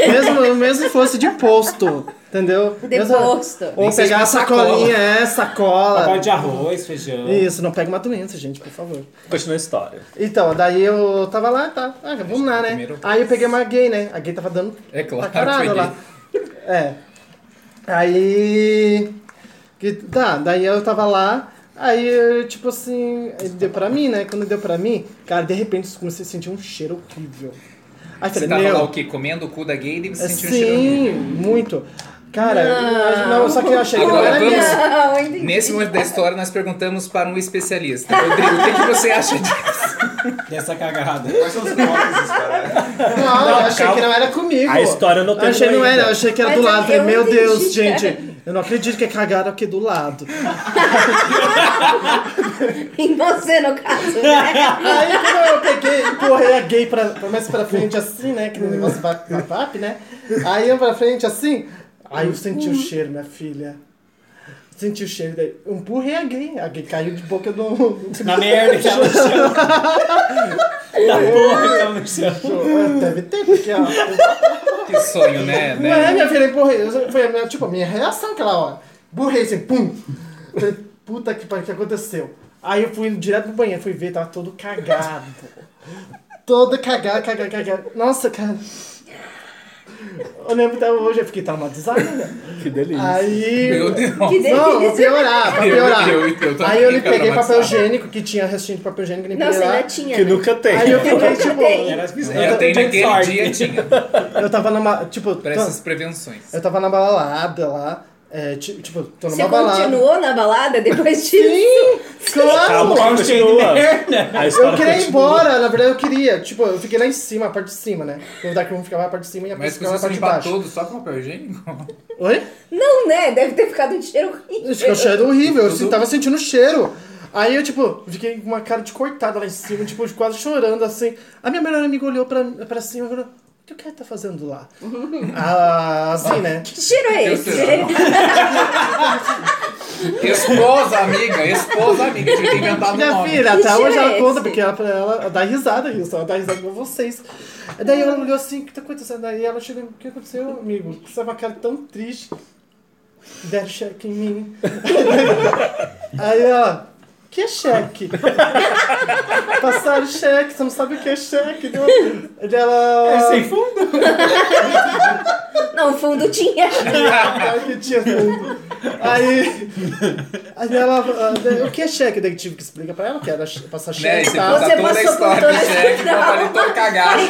B: mesmo, mesmo fosse de posto, entendeu? Mesmo-
A: Deposto.
B: Ou
I: Nem seja
B: pegar
I: uma
B: a sacolinha, é, sacola.
H: Papai de arroz, feijão.
B: Isso, não pega uma doença, gente, por favor.
D: Continua a história.
B: Então, daí eu tava lá, tá. Ah, vamos lá, né?
I: é Primeiro
B: Aí eu peguei uma gay, né? A gay tava dando
I: É claro,
B: pra caralho
I: foi
B: lá. É. Aí. que- Tá, daí eu tava lá. Aí, eu, tipo assim, aí deu pra mim, né? Quando deu pra mim, cara, de repente eu comecei a sentir um cheiro horrível. Aí eu
I: Você
B: falei,
I: tava lá
B: meu,
I: o quê? Comendo o cu da gay e você sentiu um cheiro ruim.
B: sim, muito. Cara, não. só que eu achei que não
I: Agora
B: era
I: vamos-
B: minha.
A: Não, entendi.
I: Nesse momento da história, nós perguntamos para um especialista. Rodrigo, o que, que você acha disso?
H: Dessa cagada. Quais são os nomes, cara?
B: Não, eu achei
D: calma.
B: que não era comigo.
D: A história não
B: Eu
D: terminou
B: Achei não era,
D: ainda.
B: eu achei que era
A: Mas
B: do
A: eu-
B: lado. Falei,
A: eu
B: meu
A: entendi,
B: Deus,
A: cara.
B: gente, eu não acredito que cagaram aqui do lado.
A: Em você, no caso, né?
B: Aí quando eu peguei, empurrei a gay pra, pra mais pra frente assim, né? Que no negócio va- va- vap, né? Aí eu pra frente assim, aí eu senti o cheiro, minha filha. Senti o cheiro daí. Eu empurrei a gay. A gay caiu de boca do. do-
H: Na merda
D: tá
H: que ela chama.
E: Na porra que ela no chão.
B: Deve ter, porque ó.
I: Que sonho, né?
B: Não
I: né?
B: é, minha filha, empurrei. Eu- Foi a minha, tipo, a minha reação aquela hora. Burrei assim, pum! Eu Falei, puta que pariu, o que aconteceu? Aí eu fui direto pro banheiro, fui ver, tava todo cagado. Todo cagado, cagado, cagado. Nossa, cara. Eu lembro até hoje, eu fiquei traumatizado. né?
E: Que delícia.
B: Aí.
I: Meu Deus.
A: Que
B: Não, vou
A: delícia.
B: piorar, pra
I: Eu-
B: piorar.
I: eu- eu tô
B: Aí eu lhe
I: ficando
B: peguei papel
I: traumatizado.
B: higiênico, que tinha restinho de papel higiênico, nem
A: Não,
B: peguei
A: você
B: lá.
A: ainda tinha.
E: Que
A: né?
E: nunca tem.
B: Aí eu fiquei,
A: tem.
B: tipo,
H: Era as bizarras.
I: Eu tenho
H: Tinha
I: naquele
H: sorte.
I: dia, tinha.
B: eu tava numa. Tipo,
I: Para essas prevenções.
B: Eu tava na balada lá. É, ti- tipo, tô numa
A: Você
B: balada.
A: continuou na balada depois disso?
B: Sim, claro!
D: Calma, continua. A
B: Eu
D: história
B: queria ir
D: continua.
B: embora, na verdade eu queria. Tipo, eu fiquei lá em cima, a parte de cima, né? O Dark Room ficava a parte de cima e a parte
I: Mas
B: ficava a
I: você
B: parte de
I: limpar
B: baixo.
I: todo só com papel higiênico?
B: Oi?
A: Não, né? Deve ter ficado um cheiro horrível.
B: Ficou cheiro é horrível, eu se- tava sentindo o cheiro. Aí eu, tipo, fiquei com uma cara de coitada lá em cima, tipo, quase chorando, assim. A minha melhor amiga olhou pra, pra cima e falou, o que o cara tá fazendo lá? ah, assim, né?
A: Que cheiro é
I: Eu
A: esse?
I: sei lá, Esposa, amiga, esposa, amiga. Eu tinha que inventar um
B: Minha
I: nome.
B: filha,
A: Que
B: até hoje
A: cheiro é
B: ela conta,
A: esse?
B: porque ela, ela dá risada isso, ela dá risada com vocês. Daí ela olhou assim, o que tá acontecendo? Daí ela chegou, o que aconteceu, amigo? Você tá com uma cara tão triste. Deram cheque em mim. Aí ela, que é cheque? Passaram cheque, você não sabe o que é cheque. Deu... Ela...
E: É
I: assim
E: sem fundo?
A: Não, o fundo tinha.
I: é."
B: Pior "Ah, que tinha fundo. Aí, aí ela, ah, daí, o que é cheque? Daí eu tive que explicar pra ela que era che- passar
I: Né? E
B: cheque.
I: você
B: tá?
A: Você
I: conta toda
A: passou por
I: a história
A: toda
I: do
A: essa
I: cheque,
A: trama.
I: meu marido todo cagado.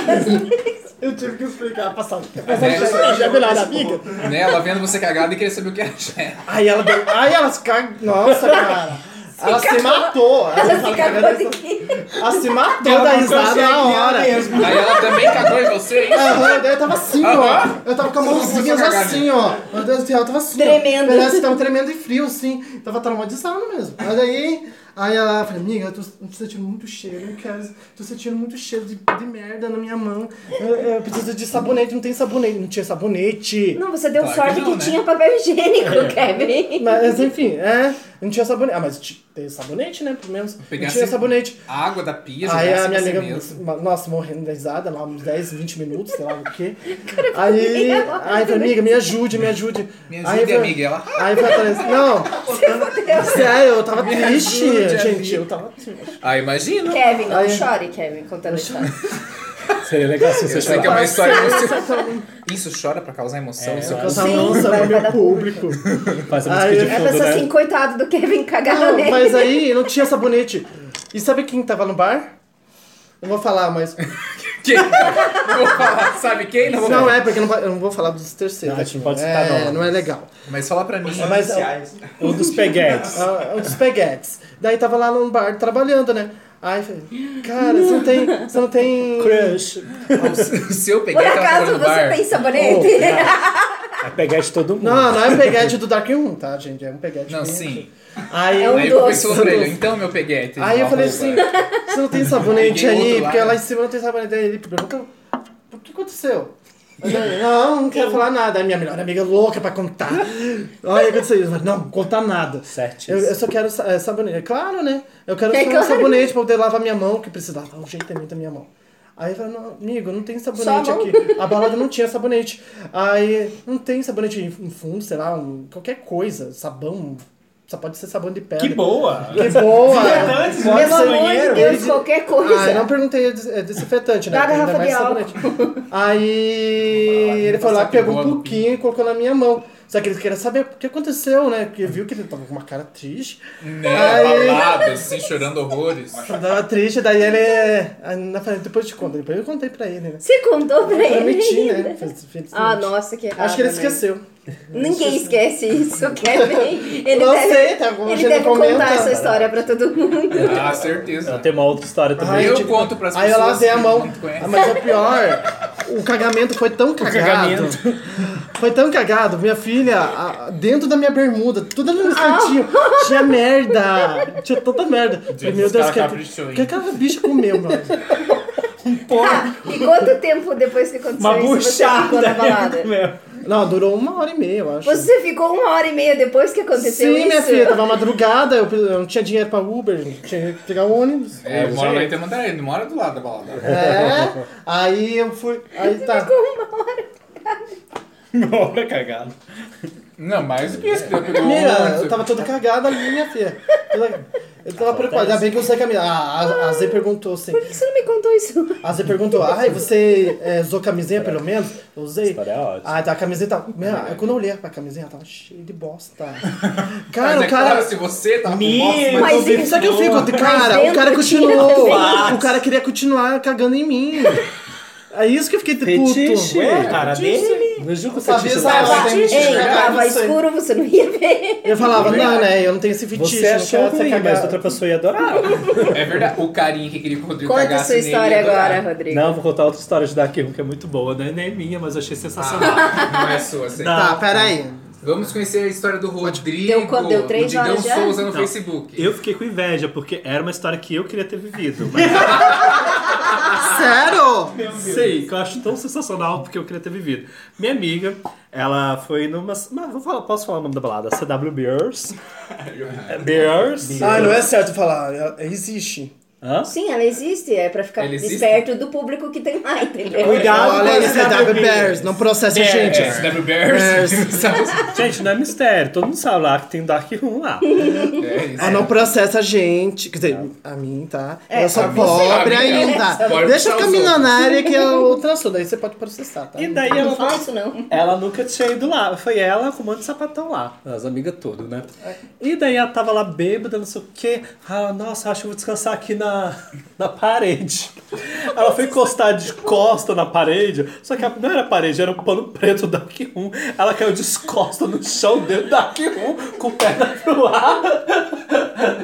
B: Eu tive que explicar, passar, passar
I: Né?
B: cheque, já é melhor amiga.
I: Né? Ela vendo você cagado e queria saber o que era cheque.
B: Aí ela deu, aí ela se cag... Nossa, cara. Ela se matou.
A: Ela
B: fala,
A: se
B: "Cara,
A: cagou
B: essa-
A: aqui.
B: ela se matou da risada na hora.
I: Aí ela também cagou em você, isso?
B: Aham, daí eu tava assim, ó.
I: Aham.
B: Eu tava com as
I: Todo mundo
B: mãozinhas
I: começou a cagar,
B: assim, ó. Meu Deus do céu, eu tava assim. ó.
A: Tremendo.
B: Parece que tava tremendo e frio, assim. Tava traumatizado mesmo. Mas daí, aí ela falou, amiga, eu tô, eu tô sentindo muito cheiro, eu quero. Tô sentindo muito cheiro de, de merda na minha mão. Eu, eu preciso de sabonete, não tem sabonete. Não tinha sabonete.
A: Não, você deu
I: Claro
A: sorte
I: que
A: que,
I: não, né? É.
A: tinha papel higiênico, Kevin.
B: Mas enfim, é. Não tinha sabonete. Ah, mas ti- tem sabonete, né? Pelo menos. Não
I: Pegasse-
B: tinha sabonete.
I: A água da pia,
B: Aí
I: jogasse
B: a
I: em
B: minha
I: você
B: amiga, assim,
I: mesmo.
B: nossa, morrendo da risada, lá uns 10, 20 minutos, sei lá o quê. Aí,
A: minha mãe.
B: aí falei, amiga, me ajude, me ajude.
I: Me
B: aí, eu
I: ajude,
B: falei-
I: é amiga. Ela...
B: Aí foi atrás, não, sério, eu tava triste,
I: ajude,
B: gente,
I: amiga.
B: eu tava triste.
I: Ah, imagina.
A: Kevin, não
B: Ai.
A: chore, Kevin, contando a história.
D: Seria legal se você
I: Eu sei que é
D: chorar.
I: uma história
B: tá
I: emocional. Isso chora pra causar emoção. isso
B: Eu
I: causa-
B: cantava
A: Sim,
B: nossa
A: vai-
B: pro
A: vai
B: meu
A: dar
B: público.
D: Faz a
B: Aí-
D: música de
A: Aí a
D: fundo,
A: pessoa
D: né?
A: assim, coitado do Kevin cagando
B: Não,
A: nele.
B: mas aí não tinha sabonete. E sabe quem tava no bar? Não vou falar, mas...
I: Quem? Não vou falar. Sabe quem? Não vou
B: Não,
I: falar.
B: é, porque não vai- eu não vou falar dos terceiros.
D: Não, a gente não pode citar
B: é,
D: nomes.
B: não é legal.
I: Mas fala pra mim.
B: Mas,
H: Iniciais.
D: Um dos peguetes.
B: Ah, os peguetes. Daí tava lá num bar trabalhando, né? Aí eu falei, cara, você não tem. Você não tem.
D: Crush.
B: é.
I: O seu
A: Por
I: peguei que ela tava
A: acaso
I: no
A: você
I: bar.
A: tem sabonete?
D: É peguete de todo mundo.
B: Não, não é um peguete do Dark Room, tá, gente? É um peguete.
I: Não,
B: bem-
I: sim.
B: Aí,
A: É um
I: Aí
A: doce.
I: começou pra ele. Então, meu peguete.
B: aí eu
I: uma
B: falei
I: roupa.
B: assim: você não tem sabonete
I: Peguei outro
B: aí?
I: lá.
B: Porque lá em cima não tem sabonete. Aí ele perguntou: o que aconteceu? Eu falei, Não, não quero falar nada. Aí minha melhor amiga é louca pra contar. Olha o que aconteceu. Eu falei, não, contar nada.
D: Certíssimo.
B: Eu, eu só quero sa- é, sabonete. É claro, né? Eu quero
A: É
B: só
A: claro.
B: um sabonete pra poder lavar minha mão, que precisava. Um jeito muito a minha mão. Aí eu falei, não, amigo, não tem sabonete
A: Só a mão?
B: aqui. A balada não tinha sabonete. Aí, não tem sabonete em em fundo, sei lá, um- qualquer coisa. Sabão, só pode ser sabão de pedra.
E: Que boa!
B: Que boa!
E: Antes,
B: Pode
A: Pelo
B: ser
A: amor de
B: banheiro.
A: Deus, qualquer
B: Ah, eu
A: coisa.
B: não perguntei des- é, desinfetante, né?
A: Dá a
B: Porque ainda
A: garrafa
B: mais
A: de
B: sabonete. Aí ele foi lá,
I: passar
B: pegou um
I: pegou no
B: pouquinho e colocou na minha mão. Só que ele queria saber o que aconteceu, né? Porque viu que ele tava com uma cara triste.
I: Né,
B: Aí-
I: balada, assim, chorando horrores.
B: Eu Tava triste, daí ele. Aí na frente, depois eu te conto. Depois eu contei pra ele, né?
A: Você contou pra
B: Eu
A: ele?
B: prometi,
A: ainda?
B: né? Fiz- fiz-
A: Ah, nossa, que errado.
B: Acho que ele
A: né?
B: esqueceu.
A: Ninguém esquece isso, Kevin. Ele
B: Não
A: deve,
B: sei, tá bom, a
A: ele
B: gente
A: deve
B: não
A: contar
B: comenta.
A: essa história pra todo mundo.
I: Ah, certeza.
D: Eu tenho uma outra história também.
B: Ai,
I: eu
B: tipo,
I: conto pras
B: Aí eu
I: pessoas
B: lavei a
I: que
B: mão.
I: não te conhecem.
B: Ah, Mas o pior, o cagamento foi tão cagado.
D: cagamento.
B: Foi tão cagado, minha filha, a- a- dentro da minha bermuda, tudo ali no cantinho,
A: Ah.
B: tinha merda. Tinha tanta merda. Falei, meu
I: os
B: Deus,
I: cara
B: que,
I: caprichou, hein?
B: que aquela bicha comeu, mano?
A: Ah, e quanto tempo depois que aconteceu
E: Uma
A: isso você ficou
E: buchada.
A: na balada?
E: Meu.
B: Não, durou uma hora e meia, eu acho.
A: Você ficou uma hora e meia depois que aconteceu
B: Sim,
A: isso?
B: minha filha, tava madrugada, eu, eu não tinha dinheiro pra Uber, tinha que pegar o ônibus.
I: É, eu moro lá em Tamandaré, ele não mora do lado da balada.
B: É, aí eu fui. Aí tá.
E: Olha, cagado.
I: Não, mais do que isso, que eu pegou
B: Mira, eu
I: um
B: tava todo cagado ali, minha filha. Toda- Eu tava preocupada, ainda bem que eu sei caminhar. A, Ah, a, a Z perguntou assim.
A: Por que você não me contou isso?
B: A Z perguntou, ai, você é, usou camisinha pelo menos? Eu usei.
D: história é ótima. É
B: Ah, tá, a camisinha tava. Minha, eu- quando eu olhei pra camisinha, tava cheia de bosta.
I: Mas
B: Cara,
I: é
B: o
I: claro,
B: cara.
I: se você tá com
E: Minha.
I: bosta,
A: Mas
E: ouvi-
B: Só que eu fico,
A: Mas
B: cara, o
A: dentro
B: cara
A: tinha
B: continuou.
A: também.
B: O cara queria continuar cagando em mim. É isso que eu fiquei
D: Fetiche.
B: puto.
E: É, cara dele.
D: Não julgo o
B: Sabia
D: fetiche
B: essa
D: da-
A: Tava,
B: Ah, tem que
A: ei,
B: chegar,
A: tava
B: não sei.
A: escuro, você não ia ver.
B: Eu falava, não, né? Eu não tenho esse fetiche.
D: Você
B: eu não
D: achou
B: quero ser
D: ruim,
B: cagado.
D: mas outra pessoa ia adorar.
I: é verdade. O carinha que queria que o Rodrigo
A: Conta a
I: cagasse
A: sua
I: nele,
A: história
I: ele adorava.
A: agora, Rodrigo.
D: Não, vou contar outra história de Dark Room, que é muito boa, né? Nem é minha, mas eu achei sensacional.
I: Ah, não é sua, sei.
D: Não.
B: Tá, peraí.
I: Vamos conhecer a história do Rodrigo,
A: Deu quando? Deu três
I: o Digão
A: horas já?
I: Souza no
D: Não.
I: Facebook.
D: Eu fiquei com inveja, porque era uma história que eu queria ter vivido. Mas
B: Sério?
D: Sei, que eu acho tão sensacional porque eu queria ter vivido. Minha amiga, ela foi numa. Mas vou falar, posso falar o nome da balada? CW Beers. É, Beers.
B: Ah, não é certo falar. Existe.
D: Hã?
A: Sim, ela existe. É pra ficar
I: Ela existe?
A: esperto do público que tem lá, entendeu?
D: Cuidado
B: Olha
D: com
B: aí,
D: as
B: CW
D: WBs.
B: Bears, não processa a gente.
I: É, Snapper Bears.
D: Gente, não é mistério. Todo mundo sabe lá que tem Dark Room lá.
I: É isso.
B: Ah, não processa a gente. Quer dizer, a mim, tá? eu sou
I: a mim,
B: pobre
I: a mim,
B: ainda. Deixa eu
I: é. Pode puxar
B: ficar
I: os outros.
B: milionária que é outro assunto. Daí você pode processar, tá?
D: E daí
A: Não
D: ela,
A: fala isso, não.
D: ela nunca tinha ido lá. Foi ela com um monte de sapatão lá. As amigas tudo, né? E daí ela tava lá bêbada, não sei o quê. Ah, nossa, acho que eu vou descansar aqui na, na parede. Ela foi encostar de costa na parede. Só que não era parede, era um pano preto da Dark Room. Ela caiu descosta no chão dentro da Dark Room, com perna pro ar.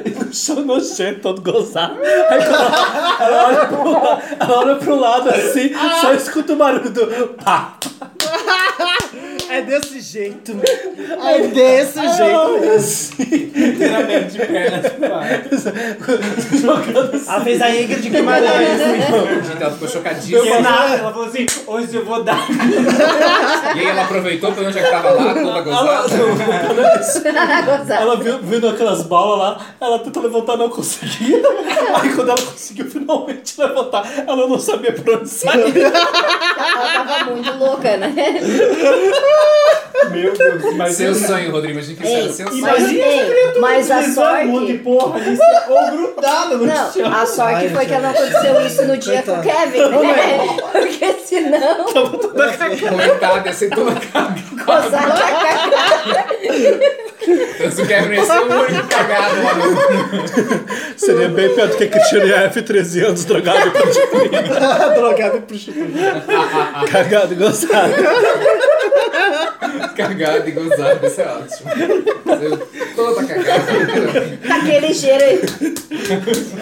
D: E no chão nojento, todo gozado. Aí quando ela, ela olha pro lado, ela olha pro lado assim, só escuta o barulho do pá,
B: É desse jeito. É desse jeito.
I: Literalmente, de pernas pro ar.
D: jogando assim.
E: Ela fez a Ingrid Guimarães.
I: Então, ela ficou chocadíssima.
E: Do nada, ela falou assim, hoje eu vou dar.
I: E aí ela aproveitou pra onde é que tava lá, toda
D: Ela,
I: gozada.
A: Gozar.
D: ela viu, vindo aquelas balas lá, ela tentou levantar, não conseguia. Aí quando ela conseguiu finalmente levantar, ela não sabia pra onde sair.
A: Ela tava muito louca, né?
E: Meu Deus, mas
I: Seu sonho, Rodrigo, a gente quer saber
A: Ei,
I: seu sonho.
A: mas, ei, mas a
E: muito
A: sorte.
E: porra, isso é ou grudada no chão.
A: Não, a sorte foi que não aconteceu isso no dia com o Kevin, né? Porque senão,
I: Coitada, ia ser toda cagada.
A: gozar com a cara.
I: Se o Kevin ia ser o único cagado lá no
D: Seria bem pior do que Cristiano F, 13 anos, drogado com
B: Drogado e prostituta.
D: cagado e gozado.
I: cagado e gozado, isso é ótimo. Eu- Toda cagada.
A: tá Aquele cheiro aí.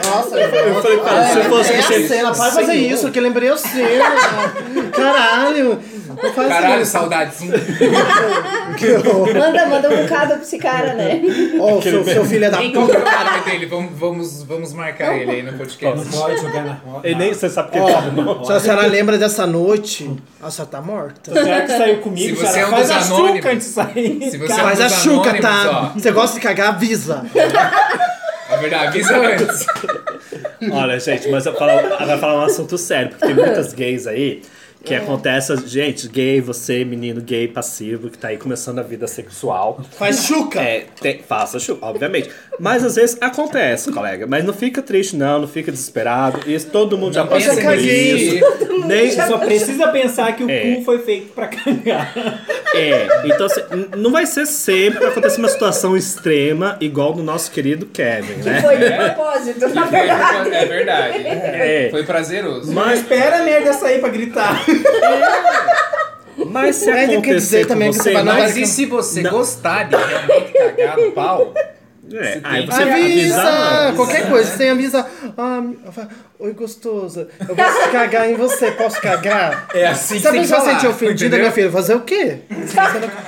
B: Nossa, eu
D: Eu falei, cara, se eu fosse
B: é a
D: Cristiano
B: cena. Para de fazer isso, que eu lembrei o cena. né? Caralho. Não faz
I: Caralho,
B: isso.
I: saudades. Um
A: Manda, manda um bocado pra esse cara, né?
B: Ô, seu, seu filho é da
I: Qual
B: puta.
I: que é o nome dele? Vamos, vamos, vamos marcar ele aí no podcast.
E: Pode jogar na roda.
D: Ele nem, você sabe que ele tava
B: Ó, se a senhora lembra dessa noite, a senhora tá morta.
D: é
E: Será que saiu comigo?
I: Se você
E: Sara?
I: é um
E: Faz
I: dos
E: a
I: anônimos.
E: chuca antes de sair.
I: Se você é um
B: Faz a
I: dos
B: chuca,
I: anônimos,
B: tá? Você gosta de cagar, avisa.
I: ó, É verdade, avisa antes.
D: Olha, gente, mas eu falo, ela vai falar um assunto sério, porque tem muitas gays aí que
I: É.
D: acontece, gente, gay, você, menino gay passivo, que tá aí começando a vida sexual.
B: Faz chuca.
D: É, tem- faça chuva, obviamente. Mas às vezes acontece, colega. Mas não fica triste, não, não fica desesperado. Isso todo mundo já
I: pensa
D: passou por
I: que- é
D: isso. Nem
E: Só precisa pensar que o
D: É.
E: cu foi feito pra cagar.
D: É, então assim, n- não vai ser sempre que acontecer uma situação extrema, igual do nosso querido Kevin, né?
A: Foi de propósito, na verdade.
I: É verdade.
D: É.
I: Foi prazeroso.
D: Mas,
E: Espera a merda sair pra gritar.
D: É. mas se
B: Mas tem que
D: acontecer
B: dizer
D: com
B: também que
D: você,
B: você vai na
D: mas
I: Mas e se você gostar de realmente cagar no pau?
D: É,
I: Você
D: aí
I: tem
D: você
I: que né?
D: avisa.
B: avisa!
D: antes.
B: Qualquer coisa, você avisa. Ah, mi- fala, Oi, gostosa, eu posso cagar em você, posso cagar?
I: É assim que
B: Se a
I: tem que
B: pessoa se
I: falar,
B: sentir ofendida,
I: entendeu?
B: minha filha, fazer o quê?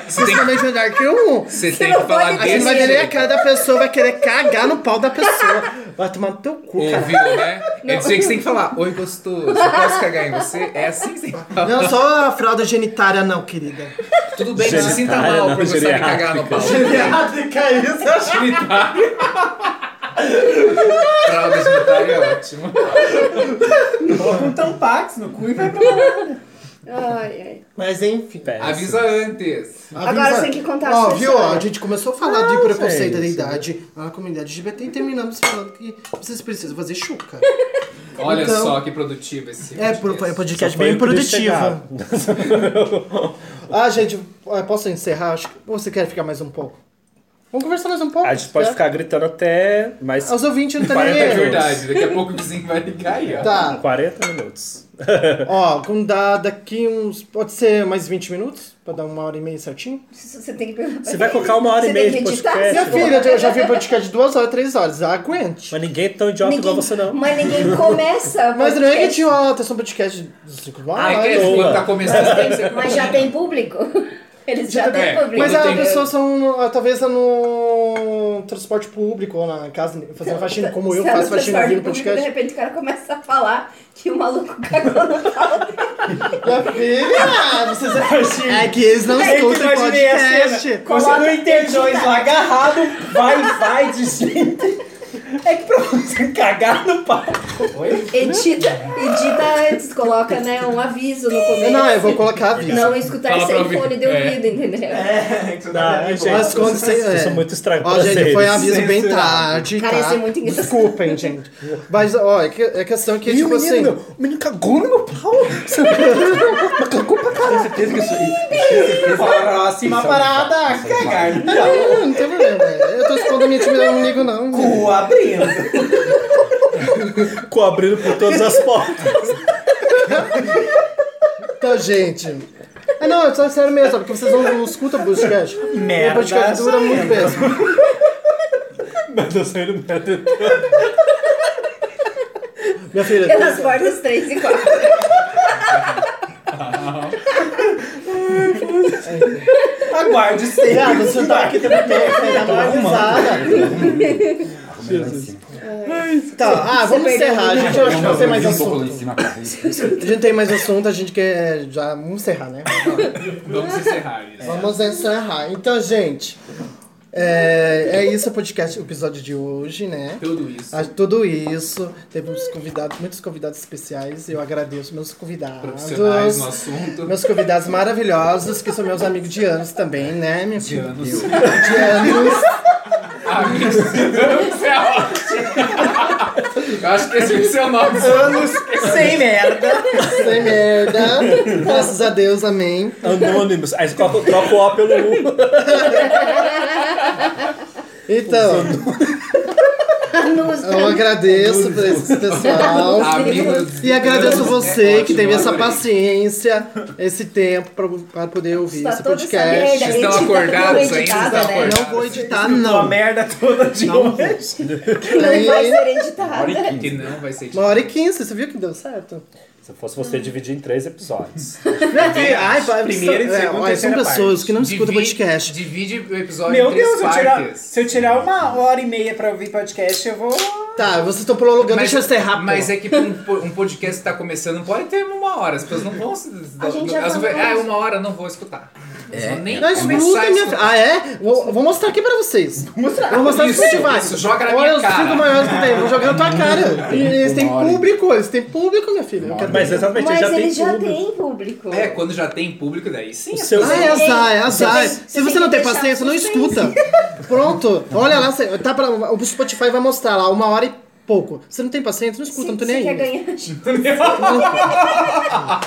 B: Você
I: tem-
B: não vai melhor que um.
I: Você tem que falar
B: A gente
I: desse
B: vai querer a
I: jeito.
B: cara da pessoa, vai querer cagar no pau da pessoa. Vai tomar no teu cu, cara.
I: Ouviu, né? É dizer que você tem que falar, oi gostoso, posso cagar em você? É assim que você tem que falar.
B: Não, só a fralda genitária não, querida.
I: Tudo bem, não se sinta
D: Genitália,
I: mal
D: não,
I: por gostar de
D: geriátrica.
I: cagar no pau.
B: Geriátrica, isso eu acho.
I: Fralda genitária é ótimo.
E: Coloca um tampax no cu e vai pra
A: É. Ai, ai.
B: Mas enfim.
I: Avisa antes.
A: Agora você tem que contar a
B: Ó,
A: sua
B: viu?
A: história.
B: Ó, a gente começou a falar de preconceito da
D: gente.
B: idade na comunidade LGBT e terminamos falando que vocês precisam fazer chuca.
I: Olha
B: Então-
I: só que produtivo esse
B: É, pro-
I: podcast.
B: é podcast
D: Foi
B: bem
D: o que eles
B: produtivo.
D: chegaram.
B: Ah, gente, é, posso encerrar? Acho que ou você quer ficar mais um pouco? Vamos conversar mais um pouco.
D: A gente pode
B: né?
D: ficar gritando até mais
B: Os ouvintes não tá nem
D: 40
I: É
B: aí.
I: verdade, daqui a pouco o vizinho vai ligar aí, ó.
B: Tá,
D: 40 minutos.
B: ó, com dá daqui uns. Pode ser mais 20 minutos? Pra dar uma hora e meia certinho?
A: Você tem que perguntar.
D: Você vai colocar uma hora e
A: Você
D: meia
A: tem
D: de
A: que editar?
D: podcast.
B: Minha filha, eu já vi podcast de duas horas, três horas. Aguente.
D: Mas ninguém é tão idiota igual você, não.
A: Mas ninguém começa.
B: Mas não é que
A: podcast.
B: idiota, são podcast de cinco
D: Ah,
I: Aí
B: horas.
I: quer dizer, quando tá começando, tem que ser
A: Mas já tem público. Eles já têm
I: É,
A: público.
B: Mas
I: Quando
B: as
I: tem-
B: pessoas são, ah, talvez, no transporte público ou na casa, fazendo faxina, como eu
A: Se ela
B: faço faxina aqui no
A: transforma em público, De
B: podcast.
A: repente o cara começa a falar que o maluco cagou no pau.
B: Minha filha, vocês
E: faxina.
B: né? É que eles não
E: É que
B: escutam
E: imaginei a
B: podcast.
E: Você não entendeu isso, agarrado, vai, vai, desvio. É que pra você cagar no palco. Oi?
A: Edita, edita antes, coloca né, um aviso no começo.
B: Não, eu vou colocar aviso.
A: Não escutar
I: Fala pra
A: sem
I: ouvir.
A: fone de
I: É.
A: ouvido, entendeu?
H: É, que você
D: Não,
H: tá
D: gente,
B: Mas quando você-
D: eu
B: é.
D: sou muito estranho
B: Ó,
D: pra
B: gente,
D: vocês.
B: foi um aviso bem
H: Censurado.
B: tarde,
A: Cara,
B: tá?
A: isso é muito engraçado.
B: Desculpem, gente. Mas, ó, é que- é questão que,
E: E o
B: tipo
E: menino,
B: assim...
E: meu, o menino cagou no meu pau.
K: Tenho certeza que isso aí.
E: Próxima parada, cagar no pau.
B: Não, não tem problema. é, Eu tô expondo a minha intimidade, eu não ligo, não.
E: Cu abrindo.
D: Ficou abrindo por todas as portas.
B: Então, gente. Ah, não, é só sério mesmo, sabe? Porque vocês não, não escutam o podcast.
E: Merda,
B: é, tipo, O podcast dura muito
E: merda.
B: mesmo.
D: Meu Deus, saindo merda.
B: Minha filha,
A: Pelas portas 3 e 4.
E: Aguarde sempre.
B: Ah, você tá aqui também, vai dar uma risada. Tá, ah, vamos
A: Você perdeu
B: encerrar,
A: tudo.
B: gente. Eu acho que não tem mais
C: um pouco lá
B: assunto.
C: em cima pra isso.
B: A gente tem mais assunto, a gente quer é, já vamos encerrar, né?
I: Vamos encerrar isso.
B: Vamos encerrar. Então, gente, é, é isso o podcast, o episódio de hoje, né?
I: Tudo isso.
B: Ah, Tudo isso, temos convidados, muitos convidados especiais. Eu agradeço meus convidados.
I: Profissionais no assunto.
B: Meus convidados maravilhosos, que são meus amigos de anos também, né, minha
I: De
B: filha?
I: anos.
B: De anos.
I: Amigos de anos é ótimo. Eu acho que esse é o seu nome.
B: Anos sem merda. Sem merda. Graças a Deus, amém.
D: Anônimos. Aí você coloca- troca o O pelo U.
B: Então,
A: Nos
B: eu agradeço por esse pessoal.
I: Amigos
B: E agradeço
I: né?
B: você que teve essa
I: adorei.
B: paciência, esse tempo pra, pra poder ouvir
A: Tá
B: esse
A: toda essa merda.
B: podcast.
I: Vocês estão
A: Edita-
I: acordados
A: tudo
I: ainda?
A: editado, né?
I: Vocês estão
B: Não vou
I: acordados?
B: editar,
E: Uma
B: não.
E: merda toda de um
B: Não.
E: hoje.
A: não vai
B: E
A: ser editada.
I: Que não vai ser
B: Uma hora e quinze, você viu que deu certo?
D: Se fosse você dividir em três episódios.
B: Ai, vai,
E: Primeira e
B: é,
E: segunda,
B: olha, São
E: terceira
B: pessoas
E: parte.
B: que não escutam
I: Divide-
B: podcast.
I: Divide o episódio
E: Meu
I: em três
E: Deus, se eu, tirar,
I: partes.
E: se eu tirar uma hora e meia pra ouvir podcast, eu vou.
B: Tá, vocês estão prolongando,
I: Mas-
B: deixa eu encerrar.
I: Mas
B: pô.
I: é que pra um, po- um podcast que tá começando não pode ter uma hora. As pessoas não vão se.
A: A gente já
I: elas vão
A: falou
I: ver, ah, é
A: isso.
I: uma hora, não vou escutar. Elas vão nem
B: Mas
I: começar a
B: escutem, minha filha.
I: escutar.
B: Ah, é? Vou, vou mostrar aqui pra vocês. Vou mostrar. Vou mostrar no
I: Isso,
B: Spotify.
I: isso, joga na
B: Olha
I: minha
B: os
I: cara.
B: cinco maiores que tem. Vou jogar na tua cara. E eles têm
C: Uma hora.
B: público, eles têm público, minha filha. Eu quero
D: Mas exatamente,
A: Mas
D: já tem
A: ele já
D: tudo.
A: tem público.
I: É, quando já tem público, daí sim.
D: O seu
B: Ah, é azar, é azar.
A: Você tem-
B: Se
A: você tem
B: você não
A: que
B: tem
A: deixar
B: paciência, não
A: suspense.
B: escuta. Pronto. Olha lá, cê- tá pra, o Spotify vai mostrar lá, uma hora e pouco. Você não tem paciência, não escuta,
A: Se,
B: não tô
A: se
B: nem
A: quer
B: aí.
A: ganhar.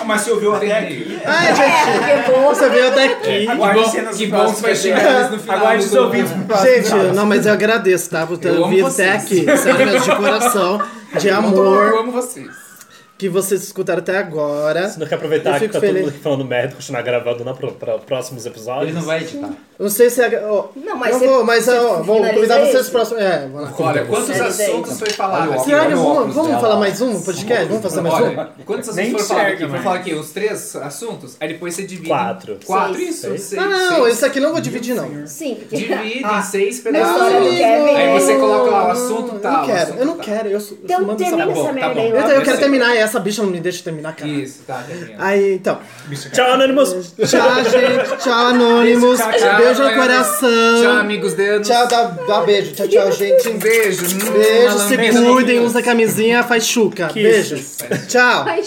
H: Mas se ouviu até aqui.
B: Ai, gente,
A: É, porque boa.
B: você veio até aqui.
E: Aguarde
I: bom-
E: cenas
I: que
E: do
I: bom
E: próximo
I: que vai
E: podcast.
I: chegar eles no final
E: Aguarde
I: do-
E: os ouvidos pro próximo.
B: Gente, não, mas eu agradeço, tá? Por ter
I: Eu amo
B: vindo até
I: vocês.
B: aqui. Sério, mesmo, de coração, de
I: Eu
B: amor,
I: amo vocês.
B: que vocês escutaram até agora.
E: é?
D: Você não quer
B: Eu
D: aproveitar que
B: fico
D: tá todo
B: feliz.
D: mundo aqui falando merda e continuar gravando na, pro, pra- próximos episódios?
I: Ele não vai editar.
B: Não sei se... é- ó,
A: Não, mas
B: eu
A: você-
B: vou, mas
A: você
B: ó, vou
A: finaliza
B: convidar vocês
A: esse?
B: próximos... É, vamos lá.
I: tá Olha, quantos
A: Finaliza aí,
I: assuntos foi falado
C: Olha o
I: aqui?
B: Será que
C: Olha o
B: vamos,
C: óculos
B: vamos
C: dela.
B: falar mais um podcast? Vamos fazer mais um?
I: Olha, quantos assuntos
E: Nem
I: foram falados aqui?
E: enxerga
I: Foi
E: mais.
I: falar aqui uns três assuntos? Aí depois você divide. em
D: Quatro.
I: Quatro,
A: Seis.
I: isso?
D: Seis.
I: Seis,
B: Ah, não,
I: seis.
B: esse aqui eu não vou dividir, não.
A: Sim, porque.
I: Divide
A: Ah,
I: em seis
A: a
B: tá
A: história do
I: pedaços.
A: Kevin
I: Aí
A: é-
I: você coloca lá o
B: Eu
I: assunto
B: não
I: tal.
B: quero,
I: assunto tá.
B: eu não
I: tal.
B: quero. Eu, sou- eu sou
A: Então
B: manda essa
A: termina essa
B: porra.
I: tá
A: merda
I: bom.
A: aí
B: Eu,
A: logo.
B: eu quero terminar, e essa bicha não me deixa terminar, cara.
I: Isso, tá, termina.
B: Aí, então.
D: Tchau, Anonymous!
B: Tchau, gente. Tchau, Anônimos.
I: tchau.
B: Beijo no
I: Tchau,
B: coração.
I: amigos dedos.
B: Tchau, dá, dá beijo. Tchau, tchau, gente.
I: Um beijo.
B: Beijo, se
I: Malandro.
B: cuidem, usa camisinha, faz chuca. Beijo. Tchau.
A: Ai,